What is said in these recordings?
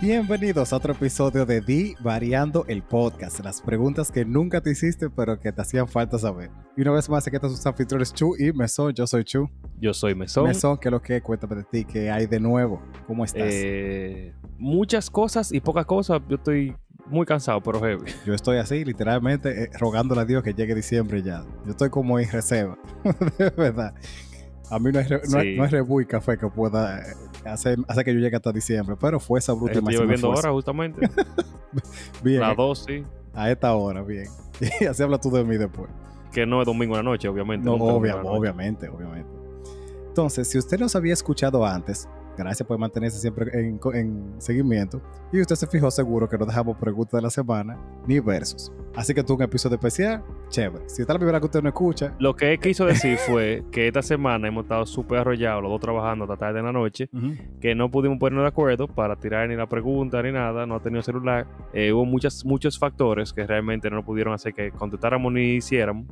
Bienvenidos a otro episodio de Di Variando el Podcast. Las preguntas que nunca te hiciste, pero que te hacían falta saber. Y una vez más, aquí están sus anfitriones Chu y Mesón. Yo soy Chu. Yo soy Mesón. Mesón, ¿qué es lo que? Cuéntame de ti, ¿qué hay de nuevo? ¿Cómo estás? Eh, muchas cosas y pocas cosas. Yo estoy muy cansado, pero eh, heavy. Yo estoy así, literalmente, eh, rogándole a Dios que llegue diciembre ya. Yo estoy como en reserva, de verdad. A mí no es, re- no, es- Sí. no es rebú y café que pueda eh, hacer, hacer que yo llegue hasta diciembre, pero fue esa bruta Estoy bebiendo ahora, justamente. Bien, eh, Las dos, sí. a esta hora, bien. Y así habla tú de mí después. Que no es domingo en la noche, obviamente. No, nunca es domingo obvia- en la noche. obviamente, obviamente. Entonces, si usted nos había escuchado antes, gracias por mantenerse siempre en, co- en seguimiento. Y usted se fijó seguro que no dejamos preguntas de la semana ni versos. Así que tú un episodio especial, chévere. Si está la primera que usted no escucha, Lo que él quiso decir fue que esta semana hemos estado súper arrollados, los dos trabajando hasta tarde en la noche, que no pudimos ponernos de acuerdo para tirar ni la pregunta ni nada, no ha tenido celular. Eh, hubo muchas, muchos factores que realmente no pudieron hacer que contestáramos ni hiciéramos.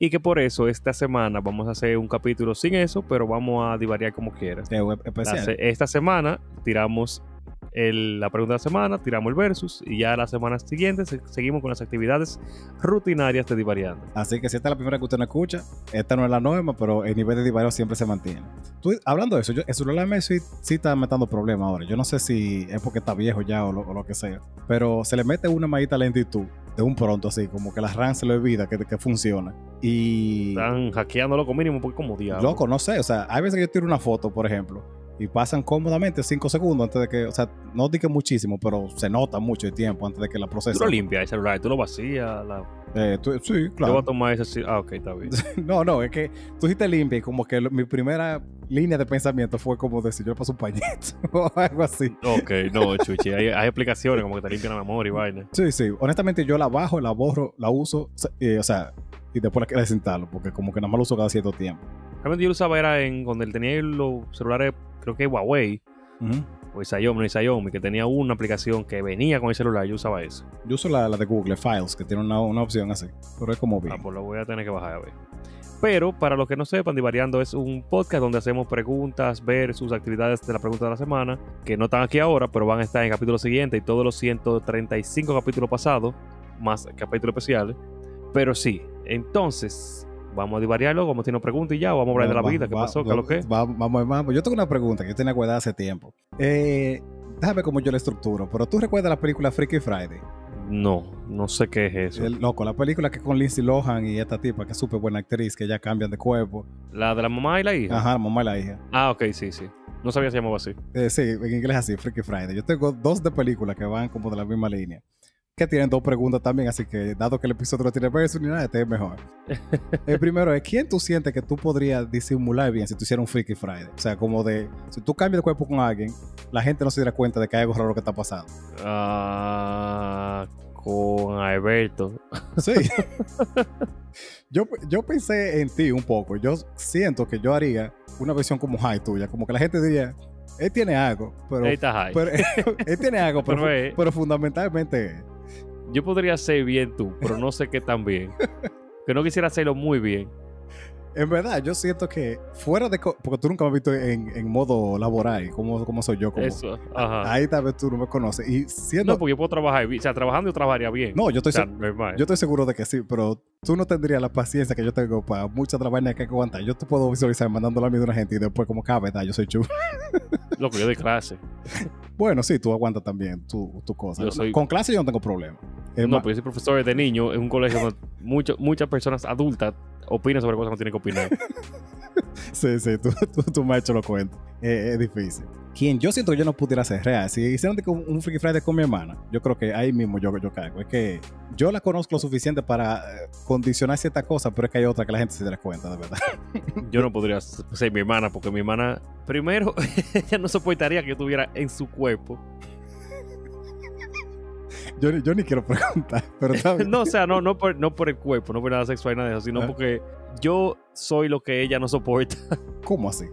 Y que por eso esta semana vamos a hacer un capítulo sin eso, pero vamos a divariar como quieras. es un La especial. se- esta semana tiramos el- la pregunta de la semana, tiramos el versus y ya la semana siguiente se- seguimos con las actividades rutinarias de Divariando. Así que si esta es la primera que usted no escucha, esta no es la norma, pero el nivel de divario siempre se mantiene. Tú, hablando de eso, yo, el celular me sí, sí está metiendo problemas ahora. Yo no sé si es porque está viejo ya o lo, o lo que sea, pero se le mete una maldita lentitud de un pronto así, como que la RAM se lo olvida que, que funciona. Y Están hackeándolo con mínimo porque como Ah, diablo. loco, no sé, o sea, hay veces que yo tiro una foto, por ejemplo, y pasan cómodamente 5 segundos antes de que, o sea, no diga muchísimo, pero se nota mucho el tiempo antes de que la Tú procese. lo limpias el celular, tú lo vacías. la- Eh, tú- sí, Yo voy claro. a tomar ese. si- Ah, ok, está bien. No, no, es que tú dijiste limpia y como que lo- mi primera línea de pensamiento fue como decir, yo le paso un pañito o algo así. ok, no, chuchi. Hay, hay explicaciones como que te limpian la memoria y vaina. Sí, sí, honestamente yo la bajo, la borro, la uso, se- eh, o sea, y después la, la desinstalo porque como que nada más la uso cada cierto tiempo. Realmente yo lo usaba era en cuando él tenía los celulares, creo que Huawei Ujú. o el Xiaomi, no el Xiaomi, que tenía una aplicación que venía con el celular. Yo usaba esa. Yo uso la, la de Google Files, que tiene una, una opción así, pero es como bien. Ah, pues lo voy a tener que bajar a ver. Pero para los que no sepan, Divariando es un podcast donde hacemos preguntas, ver sus actividades de la pregunta de la semana, que no están aquí ahora, pero van a estar en el capítulo siguiente y todos los 135 capítulos pasados, más capítulos especiales. Pero sí, entonces, vamos a divariarlo, vamos a tener preguntas y ya, o vamos a hablar de la Va- vida, qué va- pasó, qué va- es lo que. va- vamos, vamos. Yo tengo una pregunta que yo tenía guardada hace tiempo. Eh, déjame como yo la estructuro, pero tú recuerdas la película Freaky Friday. No, no sé qué es eso. El- loco, la película que es con Lindsay Lohan y esta tipa que es súper buena actriz, que ya cambian de cuerpo. La de la mamá y la hija. Ajá, la mamá y la hija. Ah, ok, sí, sí. No sabía que se llamaba así. Eh, sí, en inglés así, Freaky Friday. Yo tengo dos de películas que van como de la misma línea. Que tienen dos preguntas también, así que dado que el episodio no tiene verso ni nada, este es mejor. el primero es, ¿quién tú sientes que tú podrías disimular bien si tú hicieras un Freaky Friday? O sea, como de, si tú cambias de cuerpo con alguien, la gente no se dará cuenta de que hay algo raro que está pasando. Ah, con Alberto. Sí. yo, yo pensé en ti un poco. Yo siento que yo haría una versión como high tuya, como que la gente diría, él tiene algo, pero... Ahí está Jai. pero- él tiene algo, pero, Pero es- pero fundamentalmente... Yo podría ser bien tú, pero no sé qué tan bien. Que no quisiera hacerlo muy bien. En verdad, yo siento que fuera de... co- Porque tú nunca me has visto en, en modo laboral, como, como soy yo. Como, Eso. Ajá. Ahí tal vez tú no me conoces. Y siendo... no, No, porque yo puedo trabajar bien. O sea, trabajando yo trabajaría bien. yo, o estoy, sea, se- normal. yo estoy seguro de que sí, pero tú no tendrías la paciencia que yo tengo para muchas de las vainas que hay que aguantar. Yo te puedo visualizar mandándola a mí de una gente y después como que, ah, verdad, yo soy chulo. Loco, yo doy clase. Bueno, sí, tú aguantas también tu, tu cosa. Yo soy- Con clase yo no tengo problema. Es más- no, pues. porque yo soy profesor de niño en un colegio donde mucho- muchas personas adultas opinan sobre cosas que no tienen que opinar. Sí, sí, tú, tú, tú me has hecho lo cuento. Eh, es difícil. Quien yo siento que yo no pudiera ser real. Si hicieran de que un un Freaky Friday con mi hermana, yo creo que ahí mismo yo, yo caigo. Es que yo la conozco lo suficiente para eh, condicionar ciertas cosas, pero es que hay otra que la gente se da cuenta, de verdad. Yo no podría ser mi hermana, porque mi hermana, primero, ella no soportaría que yo tuviera en su cuerpo. Yo, ni- yo ni quiero preguntar, pero está bien. No, o sea, no, no, por, no por el cuerpo, no por nada sexual, nada de eso, sino Ah. porque yo soy lo que ella no soporta. ¿Cómo así?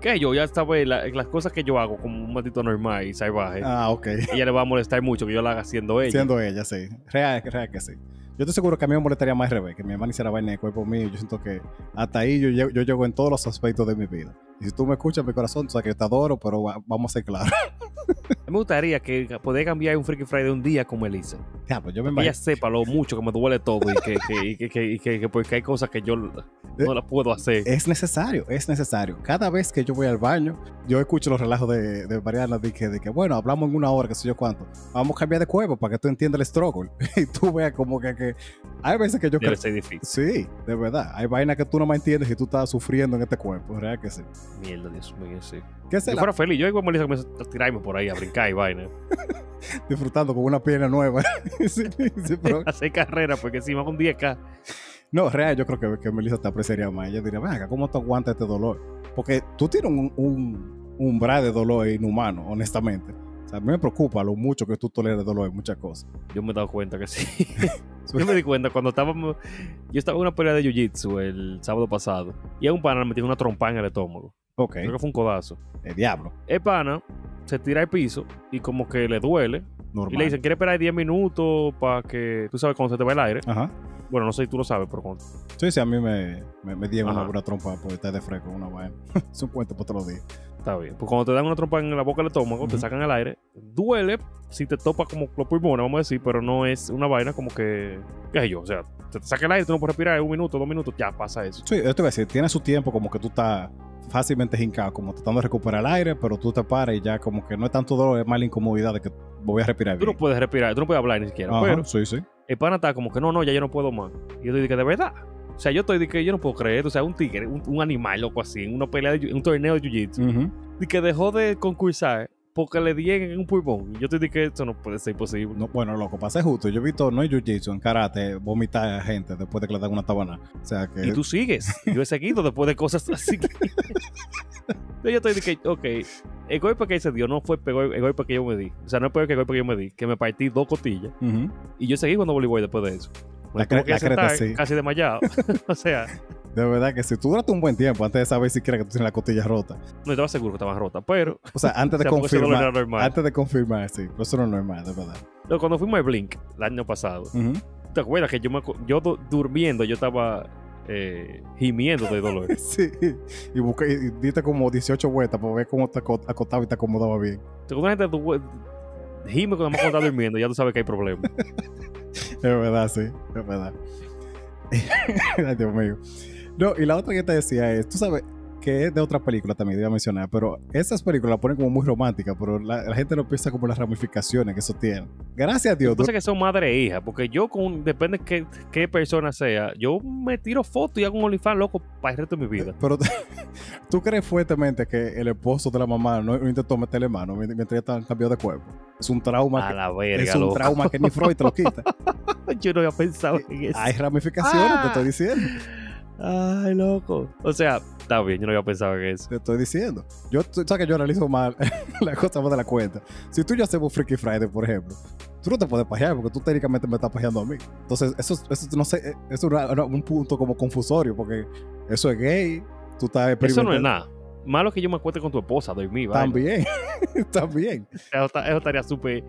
que yo ya sabes la- las cosas que yo hago como un maldito normal y salvaje Ah, ok. ella le va a molestar mucho que yo la haga haciendo ella Siendo ella, sí. Real, real que sí. Yo estoy seguro que a mí me molestaría más al revés, que mi hermana hiciera vaina en el cuerpo mío. Yo siento que hasta ahí yo, llego- yo llego en todos los aspectos de mi vida. Y si tú me escuchas, mi corazón, tú sabes que yo te adoro, pero va- vamos a ser claros. A mí me gustaría que poder cambiar un Freaky Friday un día como Elisa. Ya, pues yo me Que ella imagino. sepa lo mucho que me duele todo y que, que, y que, que- y que- que- porque hay cosas que yo Eh, no las puedo hacer. Es necesario, es necesario. Cada vez que yo voy al baño, yo escucho los relajos de, de Mariana de que, de que, bueno, hablamos en una hora, que sé yo cuánto. Vamos a cambiar de cuerpo para que tú entiendas el struggle. y tú veas como que, que- hay veces que yo Debe creo. ser difícil. Sí, de verdad. Hay vainas que tú no me entiendes y tú estás sufriendo en este cuerpo, ¿verdad que sí? Mierda, Dios mío, sí. ¿Qué Si será? yo fuera feliz, yo igual me Elisa comienzo a tirarme por ahí, a brincar y vaina. Disfrutando con una pierna nueva. Sí, sí, pero- Hacer carrera, porque encima con 10K. No, real, yo creo que, que Melissa te apreciaría más. Ella diría, venga, ¿cómo tú aguantas este dolor? Porque tú tienes un, un, un umbral de dolor inhumano, honestamente. O sea, a mí me preocupa lo mucho que tú toleras dolor en muchas cosas. Yo me he dado cuenta que sí. yo me di cuenta cuando estábamos. Yo estaba en una pelea de jiu-jitsu el sábado pasado y a un pana le metió una trompa en el estómago. Ok, Creo que fue un codazo. el diablo, El pana se tira al piso y como que le duele. Y normal. le dicen, ¿quieres esperar 10 minutos para que. Tú sabes cuando se te va el aire? Ajá. Bueno, no sé si tú lo sabes, pero cuando. Sí, sí, a mí me, me, me dieron una, Ajá. una trompa por estar de fresco, una vaina. pues, es un cuento por todos los días. Está bien. Pues cuando te dan una trompa en la boca del estómago, te Ujú. sacan el aire. Duele si te topa como los pulmones, vamos a decir, pero no es una vaina como que. ¿Qué sé yo? O sea, te, te saca el aire, tú no puedes respirar un minuto, dos minutos, ya pasa eso. Sí, yo te voy a decir, tiene su tiempo como que tú estás fácilmente hincado, como tratando de recuperar el aire, pero tú te paras y ya como que no es tanto dolor, es más la incomodidad de que voy a respirar Tú bien. no puedes respirar, tú no puedes hablar ni siquiera. Ajá, Pero sí, sí. el pana está como que no, no, ya yo no puedo más. Y yo estoy de que de verdad. O sea, yo estoy de que yo no puedo creer. O sea, un tigre, un, un animal loco así, en una pelea, de, jiu- en un torneo de jiu-jitsu, Ujú. de que dejó de concursar porque le di en un pulmón. Y Yo estoy de que esto no puede ser posible. No, bueno, loco, pasa justo. Yo he visto, no en jiu-jitsu, en karate, vomitar a gente después de que le dan una tabana. O sea que. Y tú sigues. Yo he seguido después de cosas así. Entonces yo estoy de que, ok, el golpe que él se dio no fue el golpe, el golpe que yo me di. O sea, no fue el golpe que yo me di, que me partí dos costillas. Ujú. Y yo seguí jugando voleibol después de eso. Me La tuve cre- que la creta, sentar sí. casi desmayado. o sea, De verdad que si tú duraste un buen tiempo antes de saber siquiera que tú tienes la costilla rota. no estaba seguro que estaban rotas, pero O sea, antes o de sea, porque ese dolor era confirmar. Ah, normal. Antes de confirmar, sí. Pero eso no es normal, de verdad. No, cuando fuimos a Blink el año pasado, Ujú. ¿te acuerdas que yo, me, acu- yo du- durmiendo, yo estaba eh, gimiendo de dolor? Sí. Y, busqué, y diste como 18 vueltas para ver cómo te aco- acostaba y te acomodaba bien. Entonces, cuando la gente du- gime cuando está durmiendo, ya tú sabes que hay problemas. Es verdad, sí, es verdad. Ay, Dios mío. No, y la otra que te decía es, tú sabes que es de otra película también, te iba a mencionar, pero esas películas las ponen como muy románticas, pero la, la gente no piensa como las ramificaciones que eso tiene. Gracias a Dios. Yo sé que son madre e hija, porque yo, con, depende qué, qué persona sea, yo me tiro foto y hago un OnlyFans loco para el resto de mi vida. Pero tú crees fuertemente que el esposo de la mamá no intentó meterle mano mient- mientras ella estaba en cambio de cuerpo. Es un trauma. A que- la es verga, un loco. trauma que ni Freud te lo quita. Yo no había pensado en eso. Hay ramificaciones, te Ah. estoy diciendo. Ay, loco. O sea, está bien, yo no había pensado en eso. Te estoy diciendo. Yo, tú sabes que yo analizo mal las cosas más de la cuenta. Si tú y yo hacemos Freaky Friday, por ejemplo, tú no te puedes pajear porque tú técnicamente me estás pajeando a mí. Entonces, eso, eso no sé, eh, es una- una- un punto como confusorio porque eso es gay, tú estás Eso no es experimentando- nada. Malo que yo me encuentre con tu esposa, doy mi vaina. También, también. Eso, está- eso estaría súper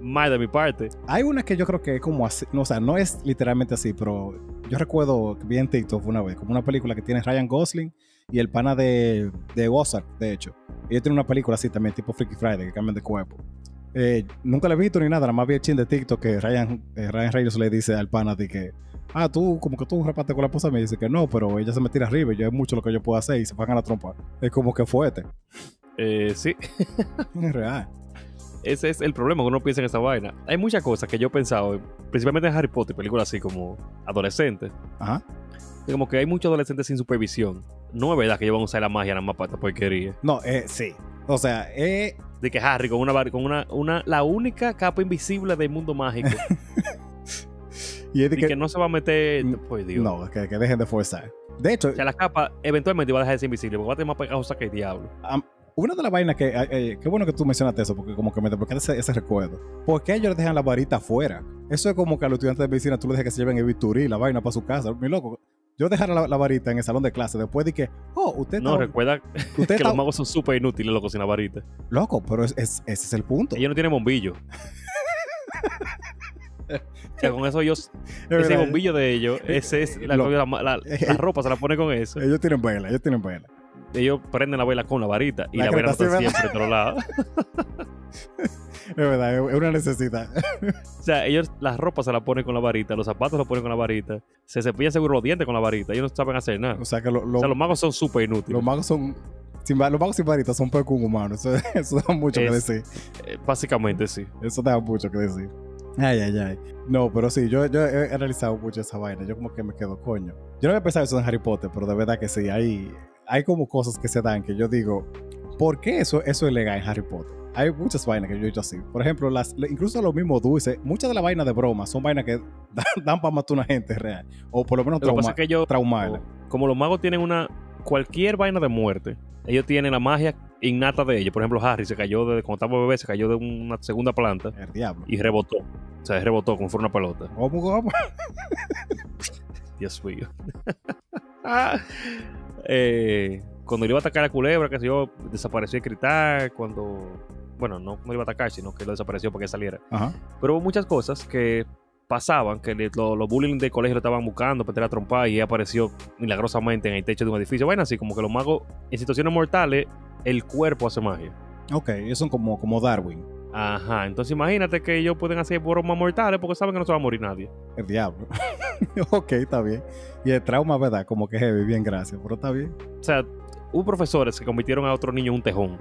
mal de mi parte. Hay una que yo creo que es como así, no, o sea, no es literalmente así, pero yo recuerdo que vi en TikTok una vez, como una película que tiene Ryan Gosling y el pana de, de Ozark, de hecho. Ellos tienen una película así también, tipo Freaky Friday, que cambian de cuerpo. Eh, nunca la he visto ni nada, nada más vi el chin de TikTok que Ryan, eh, Ryan Reynolds le dice al pana de que, ah, tú, como que tú rapaste con la esposa, me dice que no, pero ella se me tira arriba y yo es mucho lo que yo puedo hacer y se van a la trompa. Es como que fuerte, Eh, sí, es real. ese es el problema, que uno piensa en esa vaina. Hay muchas cosas que yo he pensado, principalmente en Harry Potter, películas así como adolescentes. Ajá. Como que hay muchos adolescentes sin supervisión. No es verdad que ellos van a usar la magia nada más para esta porquería. No, eh, sí. O sea, eh, De que Harry con una bar- con una, una la única capa invisible del mundo mágico. y es de y que no se va a meter. Pues Dios. No, que, que dejen de forzar. De hecho, O sea, la capa eventualmente va a dejar de ser invisible, porque va a tener más pegajosa que el diablo. una de las vainas que. eh, eh, qué bueno que tú mencionaste eso, porque como que me desbloqueaste ese, ese recuerdo. ¿Por qué ellos dejan la varita afuera? Eso es como que a los estudiantes de medicina tú les dejas que se lleven el bisturí, la vaina para su casa. Mi loco, yo dejara la, la varita en el salón de clase después de que, oh, usted No, está. recuerda que usted está los magos son súper inútiles, loco, sin la varita. loco, pero es- es- ese es el punto. Ellos no tienen bombillo. o sea, con eso ellos. Es Ese verdad, Eh, bombillo de ellos, ese es la, Lo- Eh, la, la- la ropa se la pone con eso. Ellos tienen vela, ellos tienen vela. Ellos prenden la vela con la varita y La la, vela creta está sí, ¿verdad? siempre en otro lado. Es verdad, es una necesidad. O sea, ellos las ropas se las ponen con la varita, los zapatos los ponen con la varita, se cepillan seguro los dientes con la varita, ellos no saben hacer nada. O sea que lo- lo- o sea, los magos son súper inútiles. los magos son. sin va- los magos sin varitas son peor que un humano. Eso, eso da mucho que Es- decir. Eh, básicamente sí. Eso da mucho que decir. Ay, ay, ay. No, pero sí, yo, yo he analizado mucho esa vaina. Yo como que me quedo, coño. Yo no había pensado eso en Harry Potter, pero de verdad que sí. Hay, hay como cosas que se dan que yo digo, ¿por qué eso, eso es legal en Harry Potter? Hay muchas vainas que yo he hecho así. Por ejemplo, las, incluso los mismos dulces, muchas de las vainas de broma son vainas que dan, para matar a una gente real. O por lo menos Lo que trauma, pasa es que Oh. ellos, traumarla. como los magos tienen una. cualquier vaina de muerte, ellos tienen la magia innata de ellos. Por ejemplo, Harry se cayó de, cuando estaba bebé, se cayó de una segunda planta El diablo. y rebotó. O sea, rebotó como fuera una pelota. ¿Cómo, cómo? Dios mío. Ah, eh, cuando le iba a atacar a Culebra, que sé yo, desapareció el cristal. Cuando. Bueno, no, no iba a atacar, sino que lo desapareció para que saliera. Ajá. Pero hubo muchas cosas que pasaban, que le- lo- los bullying del colegio lo estaban buscando, para la trompa y ella apareció milagrosamente en el techo de un edificio. Bueno, así como que los magos, en situaciones mortales, el cuerpo hace magia. Ok, ellos son como, como Darwin. Ajá, entonces imagínate que ellos pueden hacer bromas mortales porque saben que no se va a morir nadie. El diablo. ok, está bien. Y el trauma, ¿verdad? Como que heavy, bien, gracias. Pero está bien. O sea, hubo profesores que convirtieron a otro niño en un tejón.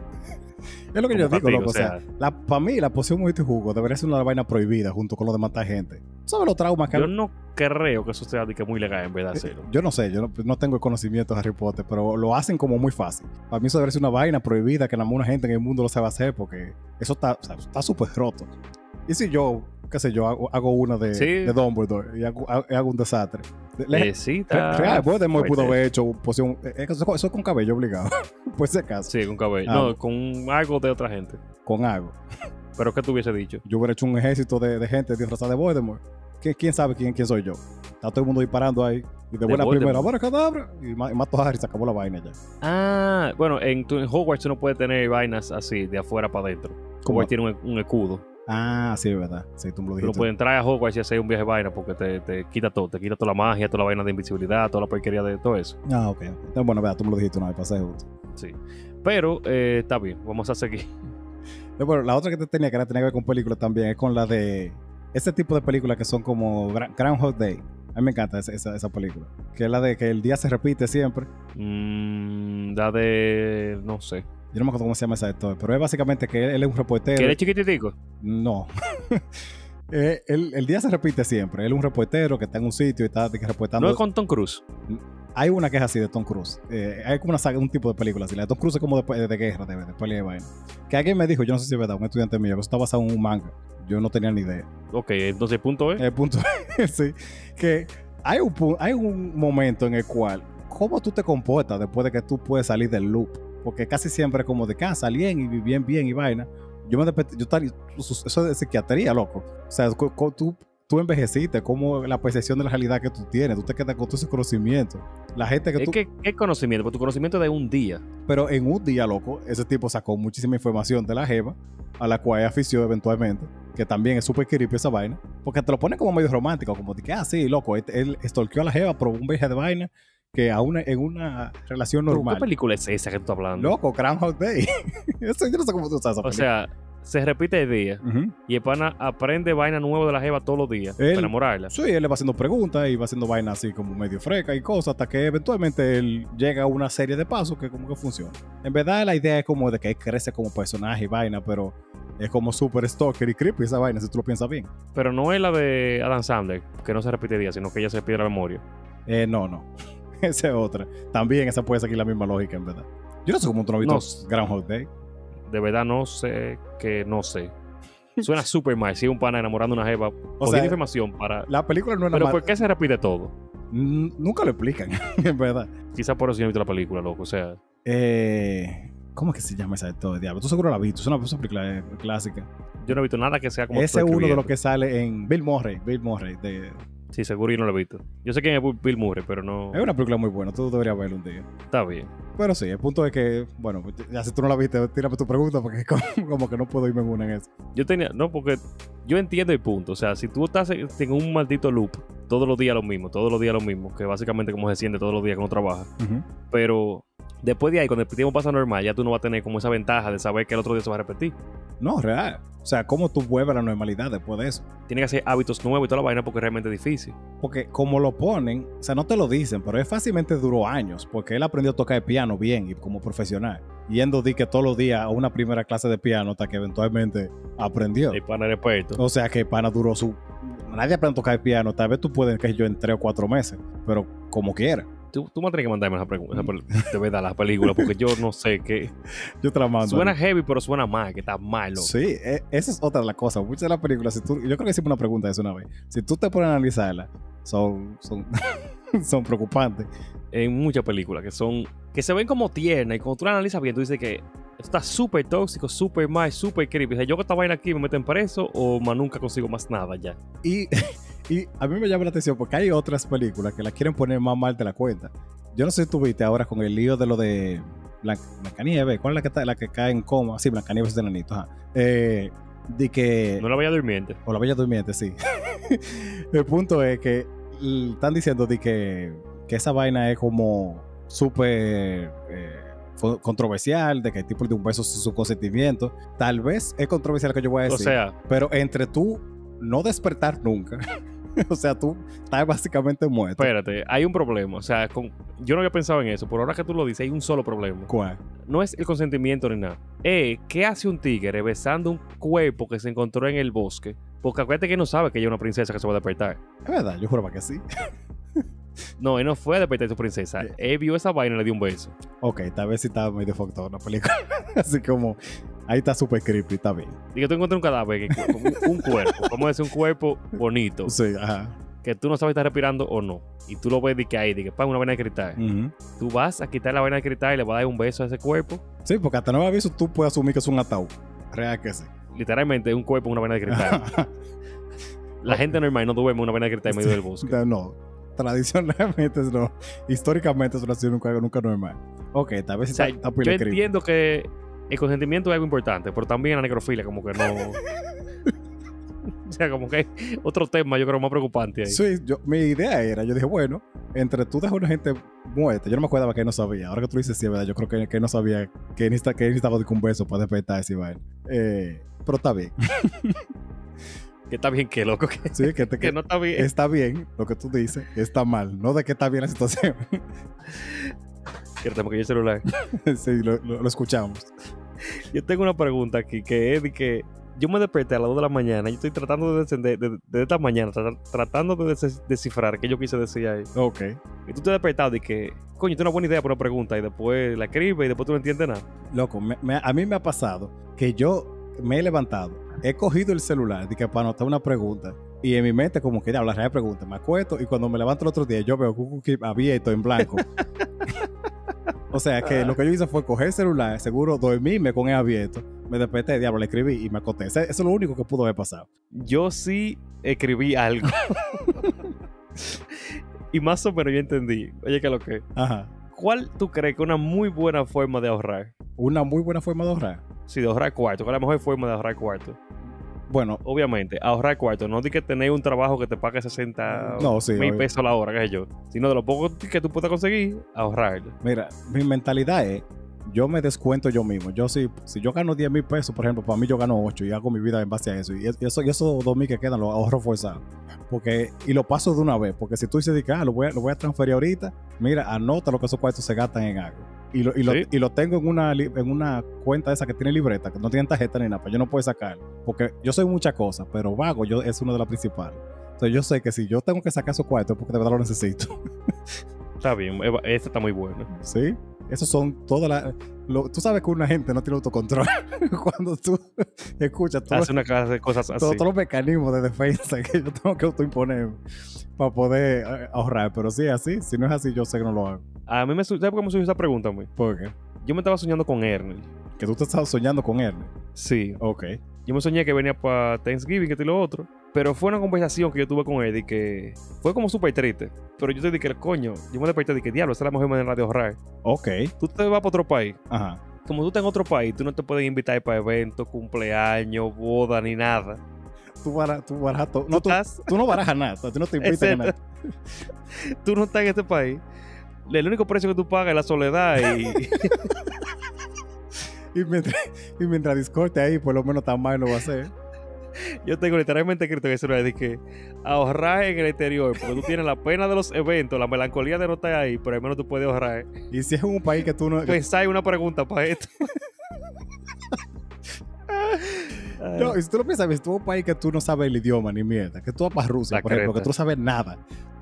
Es lo que yo Como digo, castigo, loco. O sea, para mí, la poción mojito y jugo debería ser una vaina prohibida junto con lo de matar gente. ¿Sabes los traumas que Eh, Yo no creo que eso sea de que muy legal en verdad hacerlo. Yo no sé, yo no, no tengo el conocimiento de Harry Potter, pero lo hacen como muy fácil. Para mí, eso debería ser una vaina prohibida que nada más una gente en el mundo lo sabe hacer porque eso está o sea, está súper roto. Y si yo, qué sé yo, hago, hago una de, Sí. de Dumbledore y hago, ha- hago un desastre. Le- Eh, sí, está Re- Real, Voldemort fuerte. pudo haber hecho poción. eh, Eso, eso es con cabello obligado. Pues ese caso, Sí, con cabello. Ah. No, con algo de otra gente. con algo. Pero ¿qué te hubiese dicho? Yo hubiera hecho un ejército de, de gente disfrazada de Voldemort. ¿Qui- ¿Quién sabe quién, quién soy yo? Está todo el mundo disparando ahí. Y de buena Voldemort. primera, ¡Abra cadabra! Y ma- y mato a Harry, se acabó la vaina ya. Ah, bueno, en, tu- en Hogwarts tú no puedes tener vainas así, de afuera para adentro. ¿Cómo? Hogwarts tiene un, un escudo. Ah, sí, es verdad. Sí, tú me lo Tú no dijiste. puedes entrar a Hogwarts y hacer un viaje de vaina porque te, te quita todo. Te quita toda la magia, toda la vaina de invisibilidad, toda la porquería de todo eso. Ah, ok. Entonces, bueno, verdad, tú me lo dijiste una vez, pasé justo. Sí. Pero eh, está bien, vamos a seguir. Eh, Bueno, la otra que te tenía que era tenía que ver con películas también es con la de ese tipo de películas que son como Gra- Groundhog Day. A mí me encanta esa, esa, esa película. Que es la de que el día se repite siempre. Mm, da de. No sé. Yo no me acuerdo cómo se llama ese actor, pero es básicamente que él, él es un reportero. ¿Que eres chiquititico? No. Eh, el, el día se repite siempre. Él es un reportero que está en un sitio y está de que reportando. No es con Tom Cruise. Hay una que es así de Tom Cruise. Eh, hay como una saga, un tipo de película así. La de Tom Cruise es como de, de- de guerra, de, de pelea de vaina. Que alguien me dijo, yo no sé si es verdad, un estudiante mío, que eso está basado en un manga. Yo no tenía ni idea. Ok, entonces el punto ¿eh? es. El punto es sí, que hay un, pu- hay un momento en el cual, ¿cómo tú te comportas después de que tú puedes salir del loop? Porque casi siempre es como de casa, alguien y bien, bien y vaina. Yo me desperté, yo tal, eso es de psiquiatría, loco. O sea, co- co- tú, tú envejeciste, como la percepción de la realidad que tú tienes, tú te quedas con todo ese conocimiento. La gente que Es tú, que, ¿qué conocimiento? Porque tu conocimiento es de un día. pero en un día, loco, ese tipo sacó muchísima información de la Jeva, a la cual ella afició eventualmente, que también es súper creepy esa vaina, porque te lo pone como medio romántico, como de que, ah, sí, loco, él, él estorqueó a la Jeva, probó un viaje de vaina, que a una, en una relación Pero, ¿Qué normal. película es esa que tú estás hablando? Loco, Groundhog Day. Eso yo no sé cómo tú usas esa O película. sea, se repite el día Ujú. y el pana aprende vaina nueva de la jeva todos los días Él- para enamorarla. Sí, él le va haciendo preguntas y va haciendo vainas así como medio fresca y cosas, hasta que eventualmente él llega a una serie de pasos que como que funciona. En verdad la idea es como de que él crece como personaje y vaina, pero es como super stalker y creepy esa vaina, si tú lo piensas bien. Pero no es la de Adam Sandler, que no se repite el día, sino que ella se repite la memoria. Eh, no, no. esa es otra. También esa puede seguir la misma lógica, en verdad. Yo no sé cómo tú no has visto Groundhog Day. De verdad no sé que no sé. Suena súper mal. Si un pana enamorando a una jeva, o sea, información para... La película no es nada Pero más- ¿por qué se repite todo? N- Nunca lo explican, en verdad. Quizás por eso yo no he visto la película, loco. O sea, Eh, ¿Cómo es que se llama esa de todo el diablo? Tú seguro la has visto, es una es una película eh, clásica. yo no he visto nada que sea como... tú Ese es uno de los describiendo. que sale en Bill Murray, Bill Murray, de, Sí, seguro yo no lo he visto. Yo sé quién es Bill Murray, pero no... Es una película muy buena, tú deberías verla un día. Está bien. Pero sí, el punto es que, bueno, ya si tú no la viste, tírame tu pregunta porque como, como que no puedo irme en una en eso. Yo tenía, no, porque yo entiendo el punto. O sea, si tú estás en en un maldito loop, todos los días lo mismo, todos los días lo mismo, que básicamente como se siente todos los días que uno trabaja, pero Después de ahí, cuando el tiempo pasa normal, ya tú no vas a tener como esa ventaja de saber que el otro día se va a repetir. No, real. O sea, ¿cómo tú vuelves a la normalidad después de eso? Tienes que hacer hábitos nuevos y toda la vaina porque es realmente difícil. Porque como lo ponen, o sea, no te lo dicen, pero es fácilmente duró años, porque él aprendió a tocar el piano bien y como profesional, yendo di que todos los días a una primera clase de piano hasta que eventualmente aprendió. El pana era experto. O sea, que el pana duró su... Nadie aprende a tocar el piano, tal vez tú puedes que yo en tres o cuatro meses, pero como quiera. Tú, tú me tienes que mandarme esa pregunta, de verdad, las películas, porque yo no sé qué. Yo te la mando. Suena heavy, pero suena mal, que está malo. Sí, e- esa es otra de las cosas. Muchas de las películas, si tú, yo creo que hicimos una pregunta de eso una vez. Si tú te pones a analizarla, son, son, son preocupantes. En muchas películas que son. que se ven como tiernas y cuando tú la analizas bien, tú dices que está súper tóxico, súper mal, súper creepy. O sea, yo con esta vaina aquí me meten preso o más nunca consigo más nada ya. Y, y a mí me llama la atención porque hay otras películas que las quieren poner más mal de la cuenta. Yo no sé si tú viste ahora con el lío de lo de Blan- Blancanieves. ¿Cuál es la que, está- la que cae en coma? Sí, Blancanieves de Nanito. Ajá. Eh, de que. No la vaya durmiente. O la Bella Durmiente, sí. el punto es que l- están diciendo de que, que esa vaina es como súper eh, fo- controversial, de que el tipo de un beso sin su consentimiento. Tal vez es controversial lo que yo voy a decir. O sea, Pero entre tú no despertar nunca, o sea, tú estás básicamente muerto. espérate, hay un problema. O sea, con- yo no había pensado en eso, pero ahora que tú lo dices, hay un solo problema. ¿Cuál? No es el consentimiento ni nada. Eh, ¿qué hace un tigre besando un cuerpo que se encontró en el bosque? Porque acuérdate que no sabe que ella es una princesa que se va a despertar. Es verdad, yo juraba que sí. No, él no fue a despertar a su princesa. Yeah. Él vio esa vaina y le dio un beso. Ok, tal vez sí estaba muy defocado la película. Así como, ahí está súper creepy, está bien. Y que tú encuentras un cadáver, que- un- un cuerpo, vamos a decir un cuerpo bonito, Sí, ajá. que tú no sabes si está respirando o no. Y tú lo ves de que hay, de que para una vaina de cristal. Ujú. Tú vas a quitar la vaina de cristal y le vas a dar un beso a ese cuerpo. Sí, porque hasta nuevo aviso tú puedes asumir que es un ataúd. Real que sí. Literalmente es un cuerpo en una vaina de cristal. La gente normal no duerme en una vaina de cristal en medio del bosque. No, no. Tradicionalmente es no. Históricamente eso no ha sido nunca, nunca normal. Ok, tal vez O sea, está, está Yo pile creepy. entiendo que el consentimiento es algo importante, pero también la necrofilia como que no... o sea, como que hay otro tema yo creo más preocupante ahí. Sí, yo- mi idea era, yo dije, bueno, entre tú dejas una gente muerta, yo no me acordaba que no sabía. Ahora que tú dices, sí, es verdad, yo creo que, que no sabía que necesitaba, que necesitaba de que un beso para despertar ese vaina. Eh, pero está bien. Que está bien, que loco, que, Sí, que, te- que no está bien. está bien lo que tú dices, está mal. No de que está bien la situación. Que tengo que ir al celular. sí, lo, lo- lo escuchamos. Yo tengo una pregunta aquí que es de que yo me desperté a las 2 de la mañana. Yo estoy tratando de descender, de- de esta mañana, tra- tratando de des- descifrar qué yo quise decir ahí. Ok. Y tú te despertas de que, coño, tengo una buena idea para una pregunta y después la escribes y después tú no entiendes nada. Loco, me- me- a mí me ha pasado que yo me he levantado, he cogido el celular de que para anotar una pregunta y en mi mente como que ya hablar de pregunta, me acuesto y cuando me levanto el otro día yo veo Google Keep abierto en blanco. o sea que lo que yo hice fue coger el celular, seguro dormirme con él abierto, me desperté, diablo, le escribí y me acosté. Ese- Eso es lo único que pudo haber pasado. Yo sí escribí algo. y más o menos yo entendí. Oye, que lo que. Ajá. ¿Cuál tú crees que es una muy buena forma de ahorrar? Una muy buena forma de ahorrar. Sí, de ahorrar cuarto. ¿Cuál es la mejor forma de ahorrar cuarto? Bueno, Obviamente, ahorrar cuarto. No di que tener un trabajo que te pague 60 no, sí. mil obvio. pesos la hora, qué sé yo. Sino de lo poco que tú puedas conseguir, ahorrarlo. Mira, mi mentalidad es, yo me descuento yo mismo. Yo si, si yo gano 10 mil pesos, por ejemplo, para mí yo gano 8 y hago mi vida en base a eso. Y es- y eso, y esos 2 mil que quedan los ahorro forzados. Porque, y lo paso de una vez, porque si tú dices, de que, ah, lo voy, a, lo voy a transferir ahorita, mira, anota lo que esos cuartos se gastan en algo. Y lo, y lo, Sí. y lo tengo en una, li- en una cuenta esa que tiene libreta, que no tiene tarjeta ni nada, pues yo no puedo sacarlo. Porque yo soy muchas cosas, pero vago yo, es una de las principales. Entonces yo sé que si yo tengo que sacar esos cuartos es porque de verdad lo necesito. Está bien, Eva, esta está muy buena. ¿Sí? Esos son todas las... lo- Tú sabes que una gente no tiene autocontrol cuando tú escuchas todo- Hace una clase de cosas todo- así. todos los mecanismos de defensa que yo tengo que autoimponer para poder eh, ahorrar. Pero si es así, si no es así, yo sé que no lo hago. A mí me su- ¿Sabes por qué me surgió esta pregunta, güey? ¿Por qué? Yo me estaba soñando con Ernest. Que tú te estás soñando con él. Sí. Ok. Yo me soñé que venía para Thanksgiving, que esto y lo otro. Pero fue una conversación que yo tuve con él y que fue como súper triste. Pero yo te dije, coño, yo me desperté y dije, diablo, esa es la mejor manera de ahorrar. Ok. Tú te vas para otro país. Ajá. Como tú estás en otro país, tú no te pueden invitar para eventos, cumpleaños, boda, ni nada. Tú, bara, tú barajas todo. Ah. No, tú, estás- tú no barajas nada. Tú no te invitan a nada. Tú no estás en este país. el único precio que tú pagas es la soledad y... Y mientras, y mientras discorte ahí, por lo menos tan mal no va a ser. Yo tengo literalmente escrito en el celular de que ahorrar en el exterior, porque tú tienes la pena de los eventos, la melancolía de no estar ahí, pero al menos tú puedes ahorrar. Y si es un país que tú no... que- Pensáis Pues, una pregunta para esto. No, y si tú lo piensas, si tú vas a un país que tú no sabes el idioma ni mierda, que tú vas para Rusia, La por ejemplo, que creta. tú no sabes nada,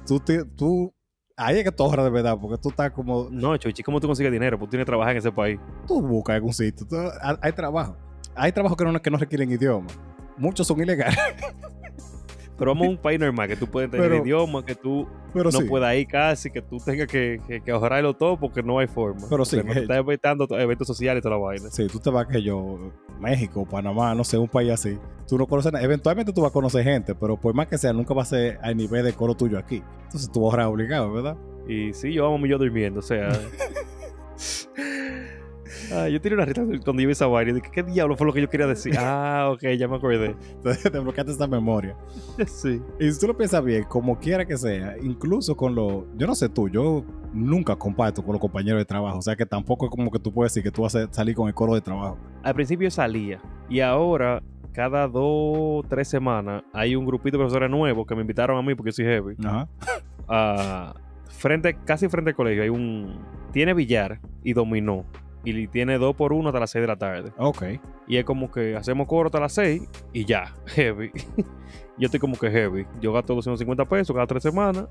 tú, te- tú, ahí es que tú ahorras de verdad, porque tú estás como, No, Chochi, ¿cómo tú consigues dinero? Porque tú tienes que trabajar en ese país. tú buscas algún sitio, tú- ha- hay trabajo, hay trabajo que no, que no requieren idioma, muchos son ilegales, Pero vamos a un país normal, que tú puedes tener Pero- idioma, que tú pero no sí, puedas ir casi, que tú tengas que, que, que ahorrarlo todo porque no hay forma. Pero sí, Porque que- te estás evitando to- eventos sociales y toda la vaina. sí, tú te vas que yo, México, Panamá, no sé, un país así, tú no conoces nada, eventualmente tú vas a conocer gente, pero por más que sea, nunca va a ser al nivel de coro tuyo aquí, entonces tú vas a ahorrar obligado, ¿verdad? Y sí, yo amo yo durmiendo, o sea. Ah, yo tenía una rita cuando yo vi esa vaina. y Dije, ¿qué diablo fue lo que yo quería decir? Ah, ok, ya me acordé. Entonces te bloqueaste esa memoria. Sí. Y si tú lo piensas bien, como quiera que sea, incluso con los, yo no sé tú, yo nunca comparto con los compañeros de trabajo, o sea que tampoco es como que tú puedes decir que tú vas a salir con el coro de trabajo. Al principio salía. Y ahora, cada dos, tres semanas, hay un grupito de profesores nuevos que me invitaron a mí porque soy heavy. Ajá. a- frente, casi frente al colegio hay un tiene billar y dominó y tiene dos por uno hasta las 6 de la tarde Ok. y es como que hacemos coro hasta las 6 y ya heavy yo estoy como que heavy yo gasto 250 pesos cada tres semanas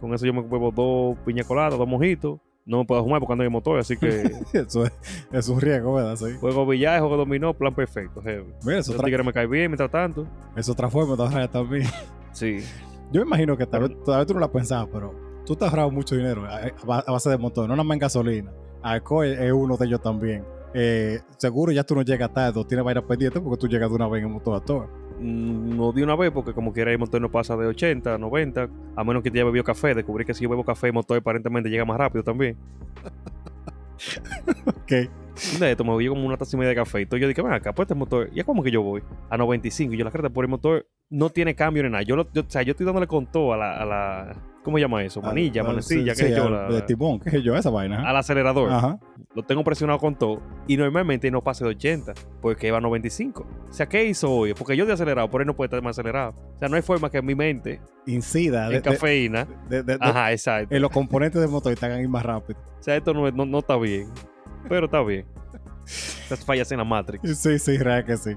con eso yo me bebo dos piña coladas dos mojitos no me puedo fumar porque ando en el motor así que Eso es, es un riesgo, ¿verdad? Sí. juego billar juego dominó plan perfecto heavy Mira, es Esos otra, tigres me caen bien mientras tanto es otra forma de ahorrar también. sí Yo me imagino que tal vez, tal vez tú no la pensabas, pero tú te has ahorrado mucho dinero eh, a, a- a base de montón, no nada más en gasolina. Alcohol es es uno de ellos también. Eh, seguro ya tú no llegas tarde o tienes vainas pendientes porque tú llegas de una vez en motor a todo. Mm, no de una vez, porque como quiera el motor no pasa de 80, 90, a menos que te haya bebido café. Descubrí que si yo bebo café, el motor aparentemente llega más rápido también. Ok. De esto me bebí como una taza y media de café. Entonces yo dije, ven acá, pues este motor, ¿y es como que yo voy? A 95, y yo la carta por el motor no tiene cambio ni nada. Yo, lo- yo- o sea, yo estoy dándole con todo a la, a la- ¿cómo se llama eso? Manilla, Al- al- manecilla, sí, qué sé yo, al- la- de timón, qué sé yo, esa vaina. ajá. al acelerador. Ajá. Lo tengo presionado con todo. Y normalmente no pasa de 80, porque va a 95. O sea, ¿qué hizo hoy? Porque yo estoy acelerado, por él no puede estar más acelerado. O sea, no hay forma que mi mente Incida de, en de- cafeína. de- de- de- Ajá, exacto. en los componentes del motor y te hagan ir más rápido. O sea, esto no, es- no, no está bien. Pero está bien. Estas fallas en la Matrix. Sí, sí, real que sí.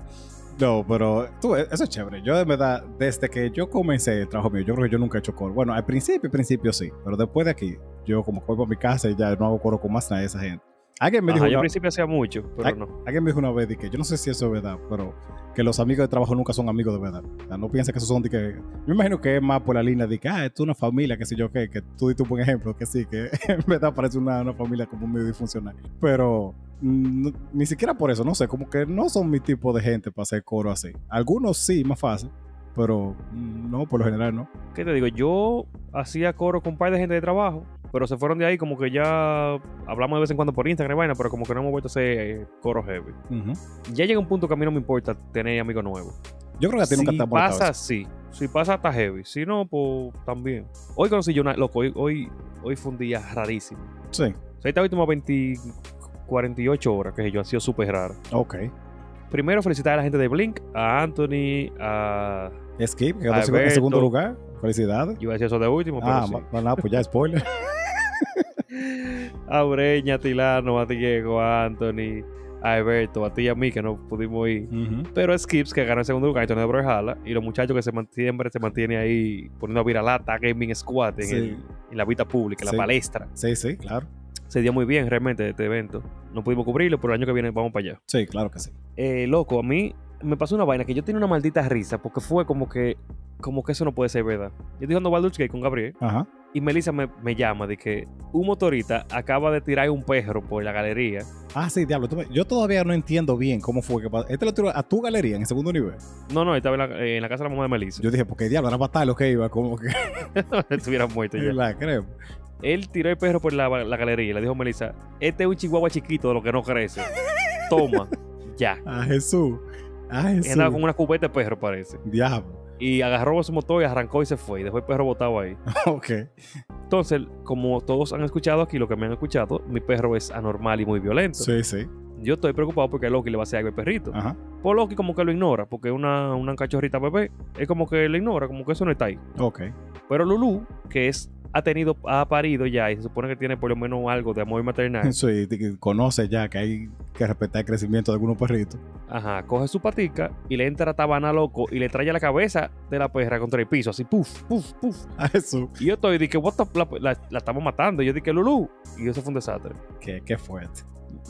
No, pero tú, e, eso es chévere. Yo de verdad, desde que yo comencé el trabajo mío, yo creo que yo nunca he hecho coro. Bueno, al principio, al principio sí, pero después de aquí, yo como que voy para mi casa y ya no hago coro con más nadie de esa gente. Alguien me, Ajá, yo dijo al una, principio hacía mucho, pero Ay. no. alguien me dijo una vez de que yo no sé si eso es verdad, pero que los amigos de trabajo nunca son amigos de verdad. O sea, no pienses que esos son de que. Yo imagino que es más por la línea de que, ah, esto es una familia, que sé yo qué, que tú diste un buen ejemplo, que sí, que en verdad parece una, una familia como medio disfuncional. Pero mm, no- ni siquiera por eso, no sé, como que no son mi tipo de gente para hacer coro así. Algunos sí, más fácil, pero mm, no, por lo general no. ¿Qué te digo? Yo hacía coro con un par de gente de trabajo, pero se fueron de ahí como que ya hablamos de vez en cuando por Instagram y vaina, pero como que no hemos vuelto a hacer eh, coro heavy. Ujú. Ya llega un punto que a mí no me importa tener amigos nuevos. Yo creo que a ti nunca si te ha molestado pasa, sí. Si pasa, está heavy. Si no, pues también. Hoy conocí yo una... Loco, hoy, hoy, hoy fue un día rarísimo. eso. Sí, O sea, esta última 20, 48 horas, que yo, ha sido súper rara. ok. Primero, felicitar a la gente de Blink, a Anthony, a. Skip, que quedó en seg- en Alberto. segundo lugar. Felicidades. Yo iba a decir eso de último, pero Ah, sí. ma- ma- nada, pues ya spoiler. A Breña, a Tilano, a Diego, a Anthony, a Alberto, a ti y a mí, que no pudimos ir. Ujú. Pero a Skips, que ganó el segundo lugar, Antonio de Brojala, y los muchachos que se mantienen, siempre se mantienen ahí poniendo a viralata, gaming squad en, Sí. el- en la vida pública, en Sí. la palestra. Sí, sí, claro. Se dio muy bien realmente este evento. No pudimos cubrirlo, pero el año que viene vamos para allá. Sí, claro que sí. eh, loco, a mí me pasó una vaina que yo tenía una maldita risa porque fue como que, como que eso no puede ser verdad. Yo estoy jugando Baldur's Gate con Gabriel Ajá. y Melissa me, me llama de que un motorista acaba de tirar un perro por la galería. Ah, sí, diablo. tú me- Yo todavía no entiendo bien cómo fue que pasó. Este lo tiró a tu galería en el segundo nivel. No, no, estaba en la, eh, en la casa de la mamá de Melissa. Yo dije, porque diablo, era para lo que iba, como que Estuviera muerto ya. la creo. Él tiró el perro por la, la galería y le dijo a Melissa, este es un chihuahua chiquito de lo que no crece. Toma, ya. A Jesús. A Y Jesús. andaba con una cubeta de perro, parece. Diablo. y agarró su motor y arrancó y se fue. Y dejó el perro botado ahí. ok. Entonces, como todos han escuchado aquí, lo que me han escuchado, mi perro es anormal y muy violento. Sí, Ah. sí. Yo estoy preocupado porque Loki le va a hacer algo al perrito. Ajá. Pues Loki como que lo ignora, porque es una, una cachorrita bebé. Es como que lo ignora, como que eso no está ahí. Ok. Pero Lulu, que es ha tenido, ha parido ya y se supone que tiene por lo menos algo de amor maternal. Sí, t- que conoce ya que hay que respetar el crecimiento de algunos perritos. Ajá, coge su patica y le entra a tabana loco y le trae la cabeza de la perra contra el piso, así puf, puf, puf. A eso. Y yo estoy, dije, what the- la, la- la estamos matando. Y yo dije, Lulu. Y eso fue un desastre. Qué, qué fuerte.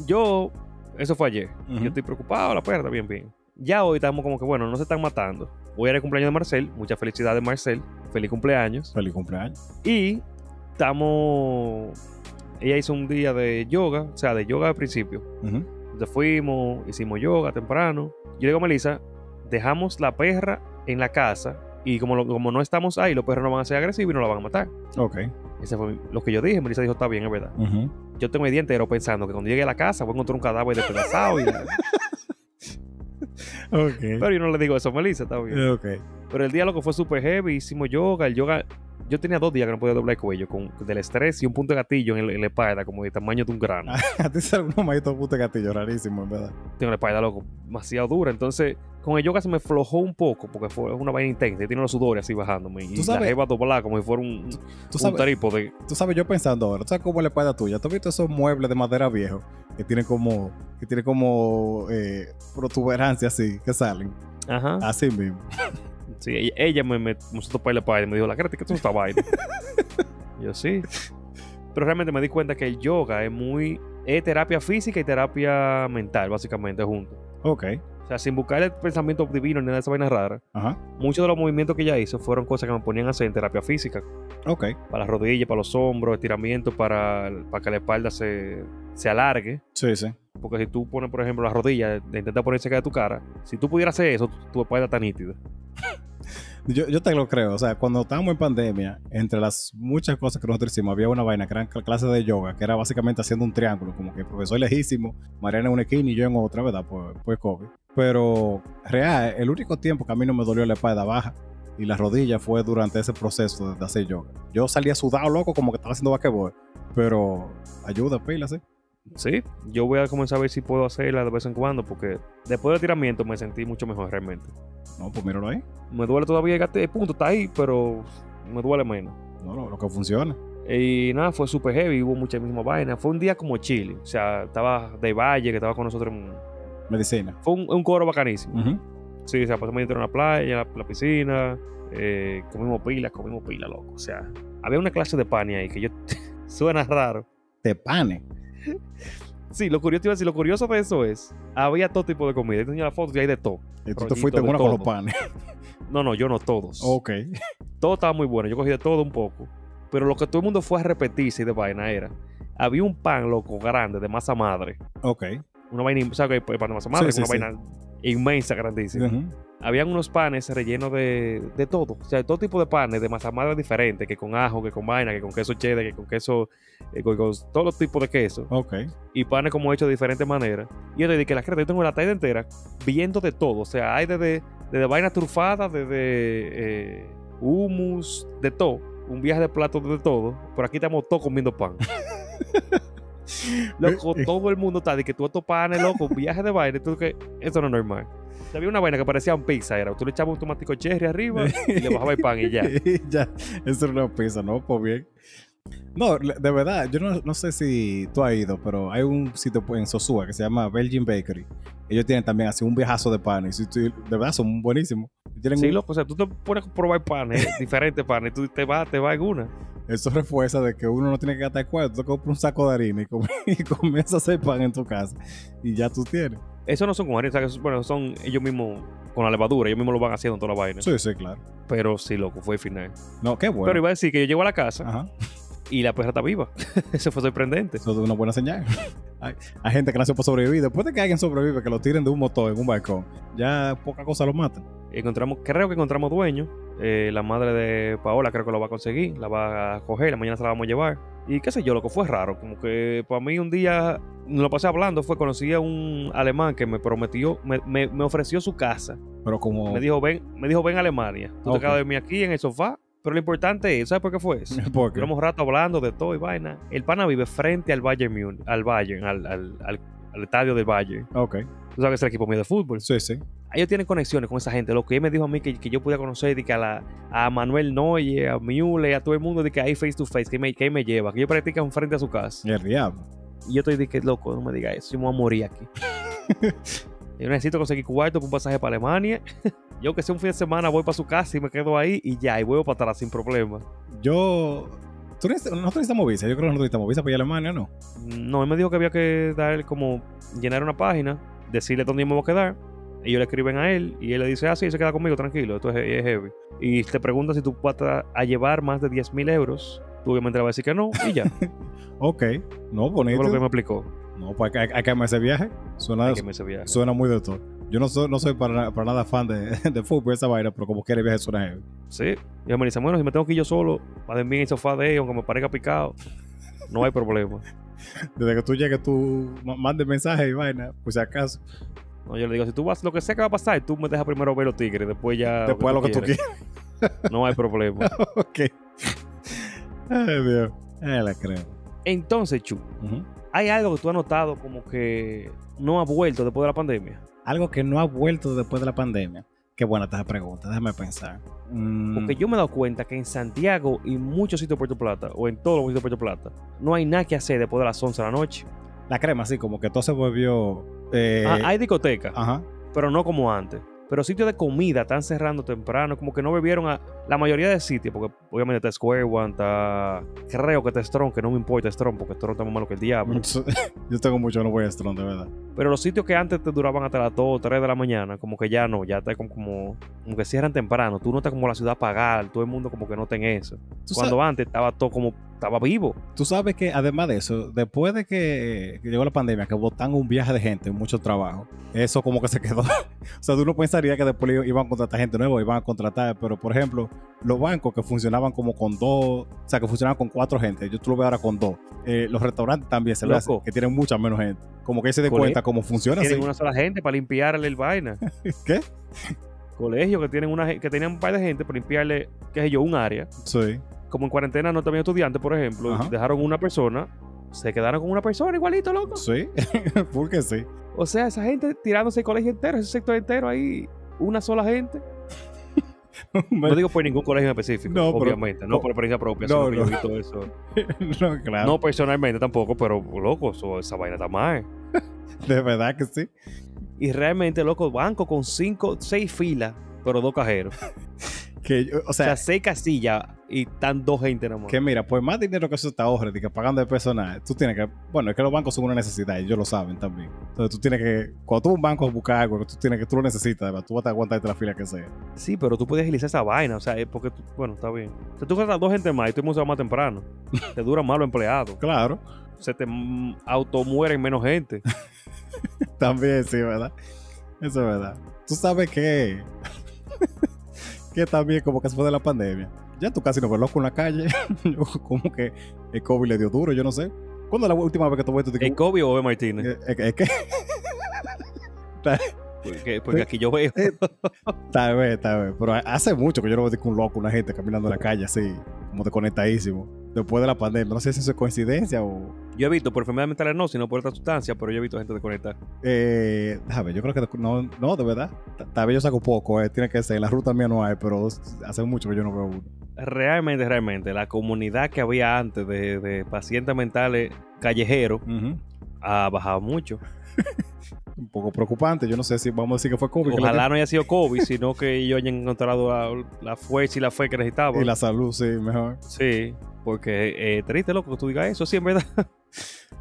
Yo, eso fue ayer. Ujú. Yo estoy preocupado, la perra, bien, bien. Ya hoy estamos como que, bueno, no se están matando. Hoy era el cumpleaños de Marcel, muchas felicidades, Marcel. Feliz cumpleaños. Feliz cumpleaños. Y estamos. Ella hizo un día de yoga, o sea, de yoga al principio. Ujú. Entonces fuimos, hicimos yoga temprano. Yo le digo a Melissa, dejamos la perra en la casa y como, lo- como no estamos ahí, los perros no van a ser agresivos y no la van a matar. Ok. Ese fue mi- lo que yo dije. Melissa dijo, está bien, es verdad. Ujú. Yo tengo el día entero pensando que cuando llegue a la casa voy a encontrar un cadáver despedazado. y- Ok. Pero yo no le digo eso a Melissa, está bien. Ok. Pero el día lo que fue super heavy, hicimos yoga. El yoga, yo tenía dos días que no podía doblar el cuello, con, del estrés y un punto de gatillo en, el- en la espalda, como de tamaño de un grano. A ti sale unos mallitos putos gatillo rarísimo, en verdad. Tengo la espalda, loco, demasiado dura. Entonces, con el yoga se me flojó un poco, porque fue una vaina intensa. Yo tenía los sudores así bajándome. Y Tú sabes- la jeva doblada como si fuera un, Tú un sabes, trípode. tú sabes, yo pensando ahora, ¿tú sabes cómo es la espalda tuya? ¿Tú has visto esos muebles de madera viejo que tienen como, que tienen como eh, protuberancia así, que salen? Ajá. Así mismo. Sí, ella, ella me, me puso topa la espalda y me dijo, la crítica es esta vaina. yo sí. Pero realmente me di cuenta que el yoga es muy... Es terapia física y terapia mental, básicamente, juntos. Ok. O sea, sin buscar el pensamiento divino ni nada de esa vaina rara, Ajá. muchos de los movimientos que ella hizo fueron cosas que me ponían a hacer en terapia física. Ok. Para las rodillas, para los hombros, estiramientos, para, para que la espalda se, se alargue. Sí, sí. Porque si tú pones, por ejemplo, las rodillas, de intentar poner cerca de tu cara, si tú pudieras hacer eso, tu, tu espalda está nítida. Yo, yo te lo creo. O sea, cuando estábamos en pandemia, entre las muchas cosas que nosotros hicimos, había una vaina que eran cl- clases de yoga, que era básicamente haciendo un triángulo, como que el profesor lejísimo, Mariana en una esquina y yo en otra, ¿verdad? Pues, pues COVID. Pero, real, el único tiempo que a mí no me dolió la espalda baja y la rodilla fue durante ese proceso de, de hacer yoga. Yo salía sudado, loco, como que estaba haciendo basquetbol. Pero, ayuda, pila, sí. Sí, yo voy a comenzar a ver si puedo hacerla de vez en cuando, porque después del tiramiento me sentí mucho mejor realmente. No, pues míralo ahí. Me duele todavía el gato- el punto está ahí, pero me duele menos. No, lo, lo que funciona. Y nada, fue súper heavy, hubo mucha misma vaina. Fue un día como chile. O sea, estaba de Valle, que estaba con nosotros. en- Medicina. Fue un, un coro bacanísimo. Ujú. Sí, o sea, pasamos dentro de la playa, la, la piscina, eh, comimos pila, comimos pila, loco. O sea, había una clase de pani ahí que yo. suena raro. Te pane. Sí, lo curioso, te iba a decir, lo curioso de eso es, había todo tipo de comida. Yo tenía la foto y hay de todo. Y tú te Rollito fuiste de una con los todo. panes. No, no, yo no todos. Ok. todo estaba muy bueno. Yo cogí de todo un poco. Pero lo que todo el mundo fue a repetirse y de vaina era. Había un pan loco grande de masa madre. Ok. Una vaina, in- ¿sabes qué? El pan de masa madre, Sí, una sí, sí. vaina inmensa, grandísima. Ujú. Habían unos panes rellenos de, de todo. O sea, de todo tipo de panes de masa madre diferente, que con ajo, que con vaina, que con queso cheddar, que con queso, eh, con, con todos los tipos de queso. Ok. Y panes como hechos de diferentes maneras. Y yo le dije, la creta, yo tengo la talla entera viendo de todo. O sea, hay desde, desde vaina trufada, desde eh, hummus, de todo. Un viaje de platos de todo. Pero aquí estamos todos comiendo pan. Loco, pues, Eh, eh. todo el mundo está de que tú estos panes, loco, un viaje de vaina, tú que eso no es normal. Había una vaina que parecía un pizza, era tú le echabas un tomatico cherry arriba y le bajabas el pan y ya. Y ya, eso era una pizza, ¿no? Pues bien. No, le- de verdad, yo no, no sé si tú has ido, pero hay un sitio pues, en Sosúa que se llama Belgian Bakery. Ellos tienen también así un viejazo de pan. Y si tú- de verdad son buenísimos. Tienen Sí, un- loco, o sea, tú te pones a probar panes, diferentes panes, tú te vas, te vas en una. Eso refuerza de que uno no tiene que gastar cuarto. Tú te compras un saco de harina y, com- y comienzas a hacer pan en tu casa. Y ya tú tienes. Eso no son con harina, o sea, que eso- bueno, son ellos mismos con la levadura, ellos mismos lo van haciendo toda la vaina. Sí, sí, claro. Pero sí, loco, fue el final. No, qué bueno. Pero iba a decir que yo llego a la casa Ajá. y la perra está viva. Eso fue sorprendente. Eso es una buena señal. hay, hay gente que nació para sobrevivir. Después de que alguien sobrevive, que lo tiren de un motor en un balcón, ya poca cosa lo mata. Encontramos, creo que encontramos dueño. Eh, la madre de Paola creo que lo va a conseguir, la va a coger, la mañana se la vamos a llevar. Y qué sé yo, lo que fue raro. Como que para mí un día, me lo pasé hablando, fue conocí a un alemán que me prometió, me, me- me ofreció su casa. Pero como. Me dijo, ven, me dijo, ven a Alemania. Tú Ok. te quedas de mí aquí en el sofá. Pero lo importante es, ¿sabes por qué fue eso? ¿Por qué? Duramos rato hablando de todo y vaina. El pana vive frente al Bayern Múnich, al Bayern, al, al- al- al estadio del Bayern. Ok. Tú sabes que es el equipo mío de fútbol. Sí, sí. Ellos tienen conexiones con esa gente. Lo que él me dijo a mí que, que yo podía conocer de que a, la- a Manuel Noye, a Mule, a todo el mundo, de que hay face to face, que me, que me lleva, que yo practican frente a su casa. Y el diablo. Y yo estoy de que loco, no me diga eso, yo me voy a morir aquí. yo necesito conseguir cuarto para un pasaje para Alemania. yo que sea un fin de semana voy para su casa y me quedo ahí y ya, y vuelvo para atrás sin problema. Yo. ¿Tú neces- nosotros necesitamos visa. Yo creo que nosotros necesitamos visa para ir a Alemania, ¿no? No, él me dijo que había que dar como llenar una página, decirle dónde yo me voy a quedar. Ellos le escriben a él y él le dice, ah, sí, se queda conmigo, tranquilo, esto es, es heavy. Y te pregunta si tú vas a, a llevar más de 10 mil euros. Tú obviamente le vas a decir que no y ya. Eso Ok. No, bonito. fue lo que me explicó. No, pues hay, que- hay que armar ese viaje. Suena, Que me hice viaje. suena muy de todo. Yo no soy, no soy para, na- para nada fan de, de fútbol, esa vaina, pero como quiere el viaje suena heavy. Sí. Y él me dice, bueno, si me tengo que ir yo solo, para dormir en el sofá de ellos, aunque me parezca picado, no hay problema. Desde que tú llegues, tú ma- mandes mensajes y vaina, por si acaso. No, yo le digo, si tú vas, lo que sea que va a pasar, tú me dejas primero ver los tigres, después ya... después lo que tú quieras. No hay problema. ok. Ay, Dios. Ay, la creo. Entonces, Chu, Ujú. ¿Hay algo que tú has notado como que no ha vuelto después de la pandemia? Algo que no ha vuelto después de la pandemia. Qué buena esta pregunta, déjame pensar. Mm, Porque yo me he dado cuenta que en Santiago y muchos sitios de Puerto Plata, o en todos los sitios de Puerto Plata, no hay nada que hacer después de las 11 de la noche. La crema, así como que todo se volvió. eh, Ah, hay discotecas, Ajá. pero no como antes. Pero sitios de comida están cerrando temprano, como que no bebieron a la mayoría de sitios, porque obviamente está Square One, está. Creo que está Strong, que no me importa Strong, porque Strong está más malo que el Mm. diablo. Yo tengo mucho no voy a Strong, de verdad. Pero los sitios que antes te duraban hasta las 2 o 3 de la mañana, como que ya no, ya está como, como, como que cierran temprano. Tú notas como la ciudad apagada, todo el mundo como que no en eso. Tú sa- Cuando antes estaba todo como, estaba vivo. Tú sabes que además de eso, después de que, que llegó la pandemia, que botan un viaje de gente, mucho trabajo, eso como que se quedó. o sea, tú no pensaría que después i- iban a contratar gente nueva, iban a contratar, pero por ejemplo, los bancos que funcionaban como con dos, o sea, que funcionaban con cuatro gente, yo tú lo veo ahora con dos. Eh, los restaurantes también se lo hacen, Loco. que tienen mucha menos gente. Como que ahí se den Cole- cuenta cómo funciona así. Tienen una sola gente para limpiarle el vaina. ¿Qué? Colegios que tienen una gen- que tenían un par de gente para limpiarle, qué sé yo, un área. Sí. Como en cuarentena no también estudiantes, por ejemplo, Ajá. y dejaron una persona, se quedaron con una persona igualito, loco. Sí, porque sí. O sea, esa gente tirándose el colegio entero, ese sector entero ahí, una sola gente. No digo por ningún colegio en específico, No, pero- obviamente, no por experiencia propia, No, sino que no. Ah. yo he visto eso. no, claro. No personalmente tampoco, pero loco, eso- esa vaina está mal. De verdad que sí. Y realmente, loco, banco con cinco, seis filas, pero dos cajeros. Que yo- o O sea, sea, seis casillas y están dos gente nada más. que mira, pues más dinero que eso te ahorres, de que pagando de personal, tú tienes que, bueno, es que los bancos son una necesidad y ellos lo saben también. Entonces tú tienes que, cuando tú vas a un banco a buscar algo, que tú tienes que, tú lo necesitas, ¿verdad? tú vas a aguantar la fila que sea. Sí, pero tú puedes agilizar esa vaina, o sea, es porque, tú- bueno, está bien. O sea, tú gastas dos gente más y tú mundo se va más temprano. te duran más los empleados. Claro, Se te mm, automueren menos gente. también sí, ¿verdad? Eso es verdad. Tú sabes que, que también como que después de la pandemia, ya tú casi no ves loco en la calle, Yo como que el COVID le dio duro, yo no sé. ¿Cuándo es la última vez que tú ves tú ¿El Kobe o Ove Martínez? Eh, eh, eh, que- Porque, porque eh, aquí yo veo. Tal vez, tal vez. Pero hace mucho que yo no veo de que un loco, una gente caminando en la calle así, como desconectadísimo. Después de la pandemia. No sé si eso es coincidencia o. Yo he visto por enfermedades mentales no, sino por otra sustancia, pero yo he visto gente desconectada. Eh, déjame, yo creo que desco- no, no, de verdad. Ta- Tal vez yo saco poco, eh, tiene que ser. En la ruta mía no hay, pero hace mucho que yo no veo uno. Realmente, realmente, la comunidad que había antes de, de pacientes mentales callejeros ha bajado mucho. Un poco preocupante. Yo no sé si vamos a decir que fue COVID que la- Ojalá no haya sido COVID, sino que ellos hayan encontrado la, la fuerza y la fe que necesitaban. y la salud, sí, mejor. Sí, porque eh, triste, loco, que tú digas eso, sí, en verdad.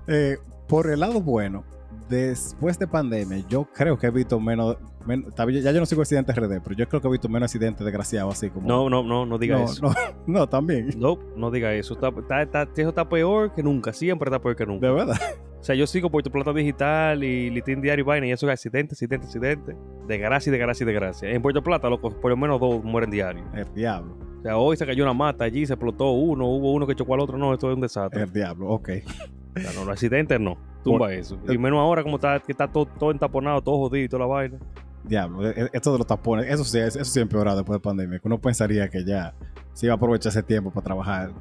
Eh, por el lado bueno, después de pandemia, yo creo que he visto menos. men- tal vez- ya yo no sigo accidentes RD, pero yo creo que he visto menos accidentes desgraciados así como. No, no, no, no diga no, eso. no, no, también. No, no diga eso. Está, está- está- eso está peor que nunca, siempre está peor que nunca. De verdad. O sea, yo sigo por tu plata digital y Litín Diario y vaina, y eso es accidente, accidente, accidente. Desgracia, y desgracia, y desgracia. En Puerto Plata, loco, por lo menos dos mueren diario. El diablo. O sea, hoy se cayó una mata, allí se explotó uno, hubo uno que chocó al otro. No, esto es un desastre. El diablo, ok. O sea, no, los accidentes no. Tumba eso. Y menos ahora, como está, que está todo, todo entaponado, todo jodido y toda la vaina. Diablo, e- e- esto de los tapones, eso sí, eso sí ha empeorado después de pandemia. que Uno pensaría que ya se iba a aprovechar ese tiempo para trabajar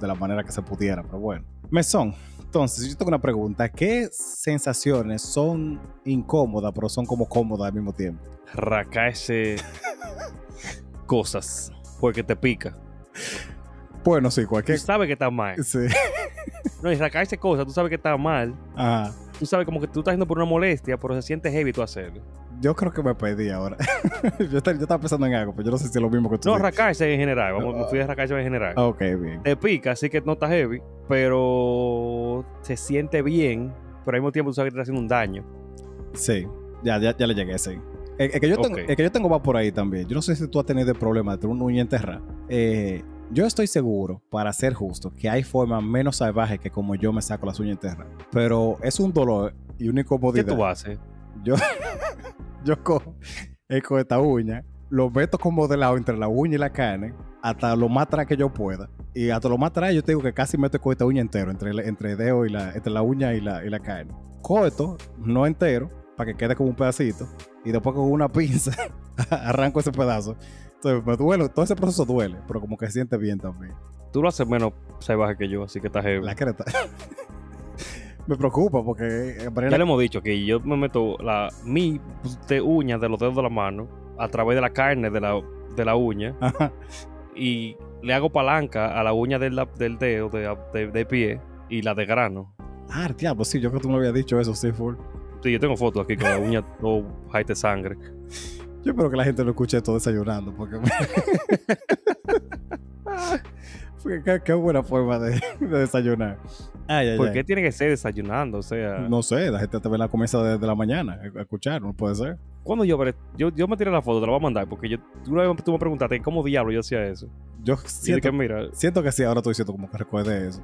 de la manera que se pudiera, pero bueno. Mesón, entonces, yo tengo una pregunta. ¿Qué sensaciones son incómodas, pero son como cómodas al mismo tiempo? Racaese cosas. Porque te pica. Bueno, sí, Tú cualquier... sabes que está mal. Sí, No, y racaese cosas, tú sabes que está mal. ajá. Tú sabes como que tú estás haciendo por una molestia, pero se siente heavy tú hacerlo. Yo creo que me pedí ahora. yo, estaba, yo estaba pensando en algo, pero yo no sé si es lo mismo que tú. No, dices. racaese en general. Vamos, me fui de racaese en general. Ok, bien. te pica, así que no está heavy, pero se siente bien, pero al mismo tiempo tú sabes que te está haciendo un daño. Sí, ya, ya, ya le llegué, sí. El, el que yo tengo, Ok. el que yo tengo va por ahí también. Yo no sé si tú has tenido el problema de tener una uña enterrada. Eh, yo estoy seguro, para ser justo, que hay formas menos salvajes que como yo me saco las uñas enterradas. Pero es un dolor y una ¿Qué incomodidad. tú haces? Yo, yo cojo el con esta uña, lo meto como de lado entre la uña y la carne, hasta lo más atrás que yo pueda. Y hasta lo más atrás yo te digo que casi meto con esta uña entero, entre el, entre el dedo y la, entre la uña y la, y la carne. Corto, no entero, para que quede como un pedacito. Y después con una pinza arranco ese pedazo. Entonces me duele, todo ese proceso duele, pero como que se siente bien también. Tú lo haces menos salvaje que yo, así que está heavy. La creta. me preocupa porque... eh, abrir la- Ya le hemos dicho que yo me meto la, mi pues, de uña de los dedos de la mano a través de la carne de la, de la uña Ajá. y le hago palanca a la uña del, la- del dedo de, de- de pie y la de grano. Ah, diablo, sí, yo creo que tú me habías dicho eso, sí, full. Sí, yo tengo fotos aquí con la uña todo high de sangre. Yo espero que la gente lo escuche todo desayunando, porque. Porque qué, qué buena forma de, de desayunar. Ay, ay, ¿Por ay. qué tiene que ser desayunando? O sea, No sé, la gente también la comienza desde la mañana a a escuchar, no puede ser. Cuando yo, veré- yo, yo me tiré la foto, te la voy a mandar, porque yo, tú, una vez tú me preguntaste cómo diablo yo hacía eso. Yo Y yo siento, dije, mira, siento que sí, ahora estoy diciendo como que recuerde eso.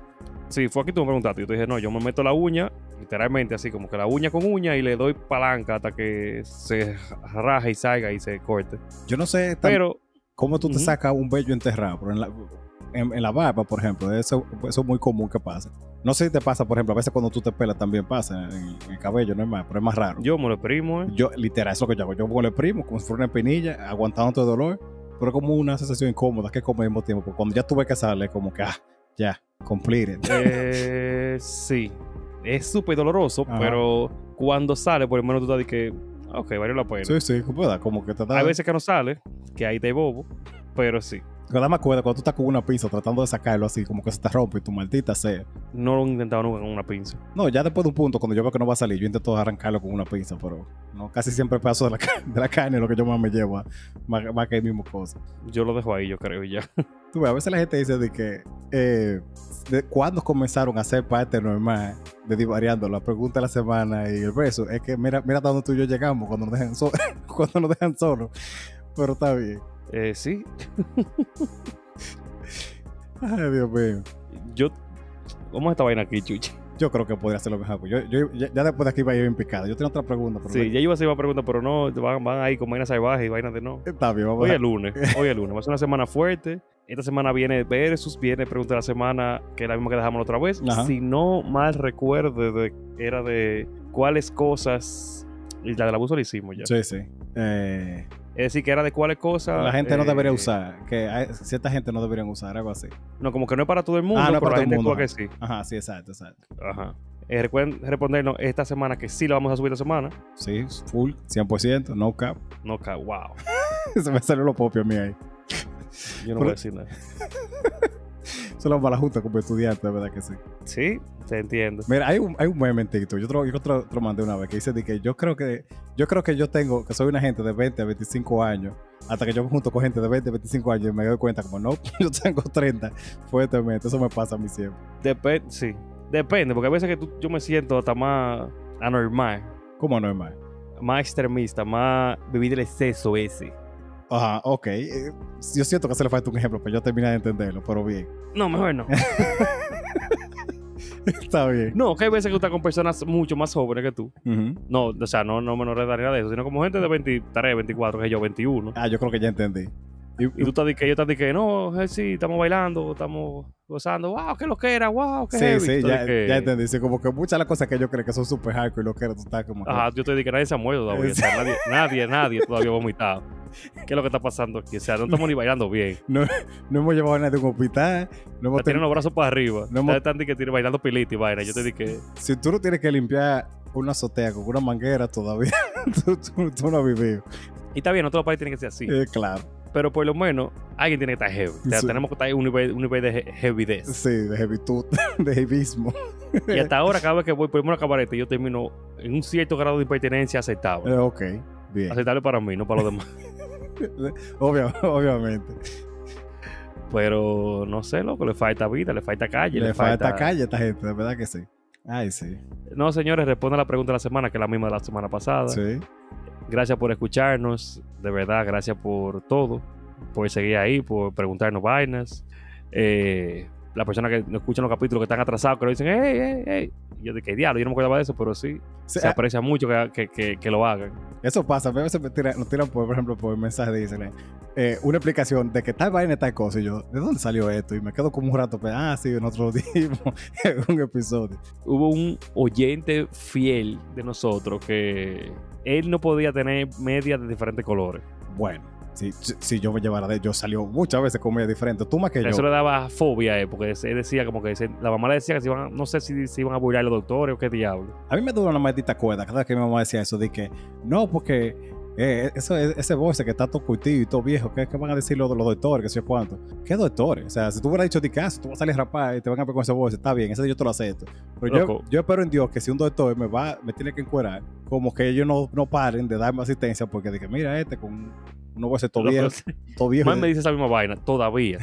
sí, fue aquí tú me preguntaste. Yo te dije, no, yo me meto la uña, literalmente así, como que la uña con uña y le doy palanca hasta que se raje y salga y se corte. Yo no sé tam- Pero, cómo tú te Ujú. sacas un vello enterrado, pero en la, en, en la barba, por ejemplo, eso, eso es muy común que pasa. No sé si te pasa, por ejemplo, a veces cuando tú te pelas también pasa en, en el cabello, no es más, pero es más raro. yo me lo exprimo, ¿eh? Yo, literal, eso es lo que yo hago. Yo pongo el primo, como si fuera una pinilla, aguantando todo el dolor, pero como una sensación incómoda que es como al mismo tiempo. Porque cuando ya tuve que salir, como que, ah, ya, complete. Eh, sí, es súper doloroso, Ajá. pero cuando sale, por lo menos tú estás de que, ok, valió la pena. Sí, sí, como da- como que te da. Hay veces que no sale, que ahí te bobo, pero sí, te da más cuerda cuando tú estás con una pinza tratando de sacarlo así, como que se te rompe y tu maldita sea. no lo he intentado nunca con una pinza. No, ya después de un punto, cuando yo veo que no va a salir, yo intento arrancarlo con una pinza, pero no, casi siempre paso de la, ca- de la carne, lo que yo más me llevo, más, más que el mismo cosa. Yo lo dejo ahí, yo creo, y ya. Tú ves, a veces la gente dice de que eh, de cuándo comenzaron a ser parte normal de divariando la pregunta de la semana y el verso. Es que mira, mira hasta dónde tú y yo llegamos cuando nos dejan solos. cuando nos dejan solos. Pero está bien. Eh, sí, Ay, Dios mío. yo. ¿Cómo es esta vaina aquí, Chuchi? Yo creo que podría ser lo mejor. Yo, yo- ya, ya después de aquí va a ir bien picada. Yo tengo otra pregunta, pero Sí, ya iba a hacer una pregunta, pero no, van, van ahí con vainas salvajes y vainas de no. está bien, vamos Hoy a es lunes, hoy es lunes, va a ser una semana fuerte. Esta semana viene Versus, viene Pregunta de la Semana, que es la misma que dejamos la otra vez. Ajá. Si no mal recuerdo, de- era de cuáles cosas. Y la del abuso la hicimos ya. Sí, sí. Eh, Es decir, que era de cuáles cosas. la gente no eh, debería usar. Que hay- cierta gente no deberían usar, algo así. No, como que no es para todo el mundo, Ah, no es pero para todo la el gente mundo, actúa que sí. Ajá, sí, exacto, exacto. Ajá. Eh, recuerden respondernos esta semana que sí la vamos a subir la semana. Sí, full, 100%, no cap. No, ca- wow. Se me salió lo propio a mí ahí. Yo Pero- no voy a decir nada. Solo para la junta como estudiante, de verdad que sí. Sí, te entiendo. Mira, hay un, hay un meme en TikTok. Yo otro, yo otro, otro mandé una vez que dice de que yo creo que yo creo que yo tengo, que soy una gente de 20 a 25 años. Hasta que yo me junto con gente de 20 a 25 años y me doy cuenta como no, yo tengo 30 fuertemente. Eso me pasa a mí siempre. Depende, sí. Depende, porque a veces que tú- yo me siento hasta más anormal, ¿Cómo no es mal? más extremista, más vivir el exceso ese. Ajá, ok. Eh, Yo siento que se le falta un ejemplo, pero yo terminé de entenderlo, pero bien. No, mejor no. Está bien. No, que hay veces que tú estás con personas mucho más jóvenes que tú. Ujú. No, o sea, no, no menores de edad ni nada de eso, sino como gente de 23, 24, que yo, 21. Ah, yo creo que ya entendí. Y, y tú estás de que yo estás de que no, eh, sí, estamos bailando, estamos gozando, wow, qué lo que era, wow, qué Sí, heavy. sí, Tú ya, de que- ya entendí. Sí, como que muchas de las cosas que yo creo que son súper hardcore y lo que era, tú estás como. que- Ajá, yo te dije que nadie se ha muerto todavía. o sea, nadie, nadie, nadie todavía ha vomitado. ¿Qué es lo que está pasando aquí? O sea, no estamos ni bailando bien. No hemos llevado a nadie a un hospital. No hemos Está tienen tenido- los brazos para arriba. No No hemos- están de que tiene bailando pilita y vaina. Yo te dije que. Si tú no tienes que limpiar una azotea con una manguera todavía, tú, tú- tú no has vivido. Y está bien, no todos los países tienen que ser así. Eh, claro. Pero por lo menos alguien tiene que estar heavy. O sea, Sí. tenemos que estar en un nivel, un nivel de he- heavidez. Sí, de heavitud, de heavismo. Y hasta ahora, cada vez que voy por una cabarete, yo termino en un cierto grado de impertinencia aceptable. Eh, ok, bien. Aceptable para mí, no para los demás. Obvia- obviamente. Pero no sé, loco, le falta vida, le falta calle. Le, falta, calle a esta gente, de verdad que sí. Ay, sí. No, señores, responda la pregunta de la semana, que es la misma de la semana pasada. Sí. Gracias por escucharnos, de verdad, gracias por todo, por seguir ahí, por preguntarnos vainas. Eh, las personas que no escuchan los capítulos que están atrasados, que lo dicen, hey, hey, hey. Yo de que diablo, yo no me acordaba de eso, pero sí, Sí, se ah, aprecia mucho que, que- que- que lo hagan. Eso pasa, a veces me tiran- nos tiran, por, por ejemplo, por mensaje de dicen, eh, una explicación de que tal vaina es tal cosa. Y yo, ¿de dónde salió esto? Y me quedo como un rato, pero, ah, sí, nosotros lo dimos en un episodio. Hubo un oyente fiel de nosotros que él no podía tener medias de diferentes colores. Bueno, si, si- si yo me llevara de yo salió muchas veces comida diferente, tú más que yo. Eso le daba fobia a él, porque él decía como que se- la mamá le decía que se iban, a- no sé si se iban a burlar los doctores o qué diablo. A mí me dura una maldita cuerda cada vez que mi mamá decía eso, de que, no, porque eh, eso, es- ese voice que está todo curtido y todo viejo, ¿qué, qué van a decir los, los doctores? Que sé yo cuánto. ¿Qué doctores? O sea, si tú hubieras dicho de caso, tú vas a salir a rapar y te van a ver con ese voice, está bien, ese yo te lo acepto. Pero yo, Loco. yo espero en Dios que si un doctor me va, me tiene que encuerar, como que ellos no, no paren de darme asistencia porque dije, mira este con unos voice todo Loco, viejo, todo viejo. Mi mamá me dice esa misma vaina todavía.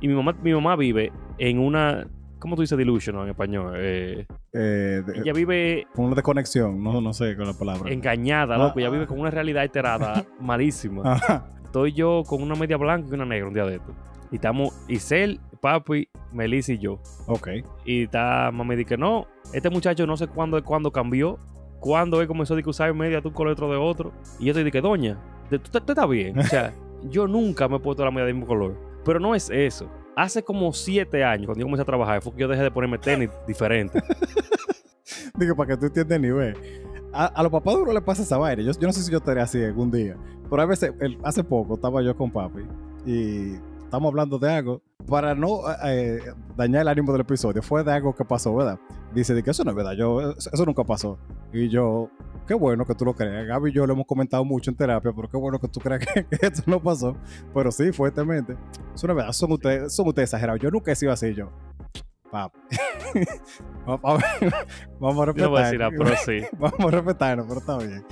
y mi mamá, mi mamá vive en una. ¿Cómo tú dices delusional en español? Eh, eh, de- ella vive con una desconexión, no, no sé con la palabra. engañada, Ah, loco. Ella ah. vive con una realidad alterada malísima. Ajá. Estoy yo con una media blanca y una negra un día de esto. Y estamos Isel, Papi, Melissa y yo. Ok. Y está mami dice que no, este muchacho no sé cuándo, cuándo cambió, cuándo él comenzó a usar media de un color otro de otro. Y yo te dije, doña, ¿tú, tú- tú estás bien? O sea, yo nunca me he puesto la media del mismo color. Pero no es eso. Hace como siete años, cuando yo comencé a trabajar, fue que yo dejé de ponerme tenis diferente. Digo, para que tú entiendas el nivel. A, a los papás duros les pasa esa vaina. Yo, yo no sé si yo estaría así algún día. Pero a veces, el- hace poco estaba yo con papi y estamos hablando de algo. Para no eh, dañar el ánimo del episodio, fue de algo que pasó, ¿verdad? Dice de que eso no es verdad, yo, eso, eso nunca pasó. Y yo, qué bueno que tú lo creas. Gaby y yo lo hemos comentado mucho en terapia, pero qué bueno que tú creas que, que esto no pasó. Pero sí, fuertemente. Eso no es verdad, son ustedes, son ustedes exagerados. Yo nunca he sido así, yo. Papi. Vamos a- vamos a Yo no voy a respetar. decir nada, pero sí. Vamos a respetarnos, pero está bien.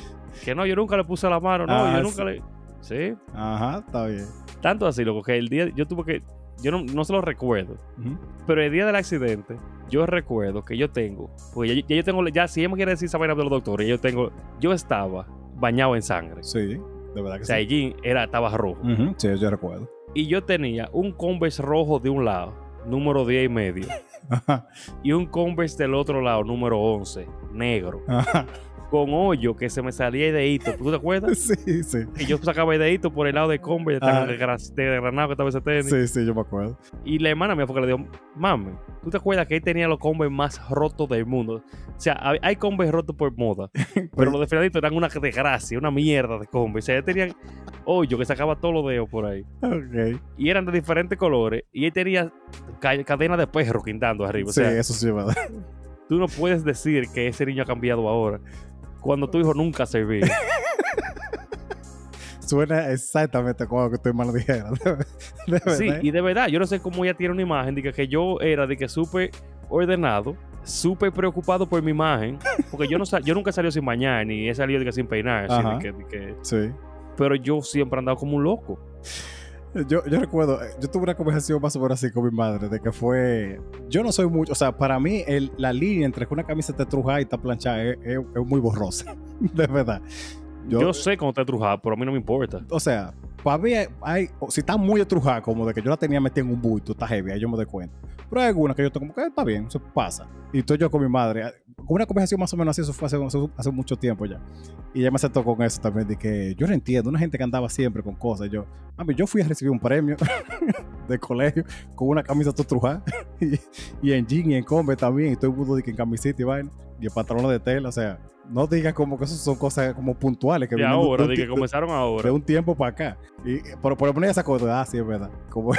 Que no, yo nunca le puse la mano, no, Ah, yo sí. nunca le... Sí, Ajá, está bien. tanto así, loco, que el día, yo tuve que... Yo no, no se lo recuerdo, Ujú. pero el día del accidente, yo recuerdo que yo tengo, porque ya, ya yo tengo, ya si ella me quiere decir esa vaina de los doctores, yo tengo, yo estaba bañado en sangre. Sí, de verdad que O sea, sí. Mm. el jean era, estaba rojo. Ujú, Sí, yo recuerdo. Y yo tenía un Converse rojo de un lado, número 10 y medio, Ajá, y un Converse del otro lado, número 11, negro, ajá. con hoyo que se me salía de hito. ¿Tú te acuerdas? Sí, sí. Y yo sacaba de hito por el lado de Converse, de Ah. tan gra- de granado que estaba ese tenis. Sí, sí, yo me acuerdo. Y la hermana mía fue que le dijo, mami, ¿tú te acuerdas que él tenía los combos más rotos del mundo? O sea, hay- hay combos rotos por moda, pero los de Fernandito eran una desgracia, una mierda de combos. O sea, ellos tenían hoyo que sacaba todos los dedos por ahí. Ok. Y eran de diferentes colores. Y él tenía ca- cadena de perro quintando arriba. O Sí, sea, eso sí, es verdad. tú no puedes decir que ese niño ha cambiado ahora. Cuando tu hijo nunca se ve. Suena exactamente como lo que tú me lo dijera. De verdad. Sí, y de verdad, yo no sé cómo ella tiene una imagen de que, que yo era de que súper ordenado, súper preocupado por mi imagen, porque yo no sa- yo nunca salí sin bañar ni he salido de que sin peinar, así, de Ajá. que- de que- Sí. pero yo siempre he andado como un loco. Yo, yo recuerdo, eh, yo tuve una conversación más o menos así con mi madre, de que fue, yo no soy mucho, o sea, para mí el- la línea entre que una camisa está trujada y está planchada es, es- es muy borrosa, de verdad. Yo, sé cómo está trujado, pero a mí no me importa. O sea, para mí hay, hay- o si está muy estrujada, como de que yo la tenía metida en un "Eh, bulto, está heavy, ahí yo me doy cuenta. Pero hay algunas que yo tengo como que está bien, se pasa. Y estoy yo con mi madre, una conversación más o menos así, eso fue hace, hace mucho tiempo ya. Y ella me aceptó con eso también, de que yo no entiendo, una gente que andaba siempre con cosas. Yo, mami, yo fui a recibir un premio de colegio con una camisa totrujada y, y, en jean y en combe también, y todo el mundo de que en camiseta y vaina, y en pantalón de tela, o sea, no digas como que eso son cosas como puntuales que de vienen de un- ahora, de, un de ti- que comenzaron de ahora. un tiempo para acá. Y eh, por, por poner esa cosa, ah, sí, es verdad. Como,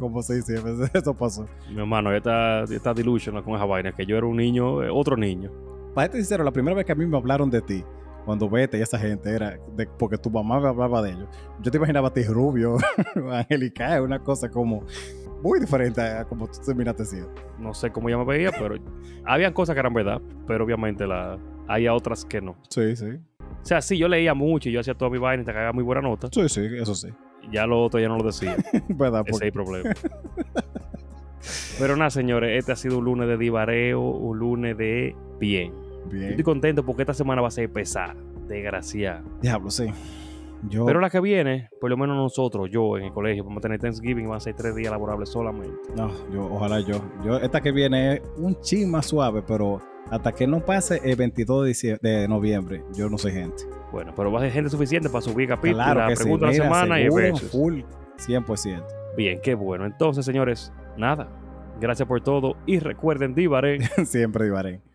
como se dice, pues, eso pasó. Mi hermano, esta, esta delusion con esa vaina, que yo era un niño, eh, otro niño. Para ser sincero, la primera vez que a mí me hablaron de ti, cuando vete y esa gente, era de- porque tu mamá me hablaba de ellos. Yo te imaginaba a ti rubio, angelical, una cosa como muy diferente a como tú terminaste siendo. No sé cómo ya me veía, pero había cosas que eran verdad, pero obviamente la, había otras que no. Sí, sí. O sea, sí, yo leía mucho y yo hacía toda mi vaina y te cagaba muy buena nota. Sí, sí, eso sí. Ya lo otro ya no lo decía. ¿Verdad? Ah, Porque- Ese es el problema. Pero nada, señores, este ha sido un lunes de divareo, un lunes de bien. Yo bien. estoy contento porque esta semana va a ser pesada, desgraciada. Diablo, sí. Yo, Pero la que viene, por lo menos nosotros, yo en el colegio, vamos a tener Thanksgiving, van a ser tres días laborables solamente. no, yo, ojalá yo. Yo, esta que viene es un chin más suave, pero hasta que no pase el 22 de, dicie- de noviembre, yo no soy gente. Bueno, pero va a ser gente suficiente para subir capítulo, Claro la que sí. pregunta de mira, la semana y el seguro, versus. full, 100%. Bien, qué bueno. Entonces, señores, nada. Gracias por todo y recuerden, divaré. Siempre divaré.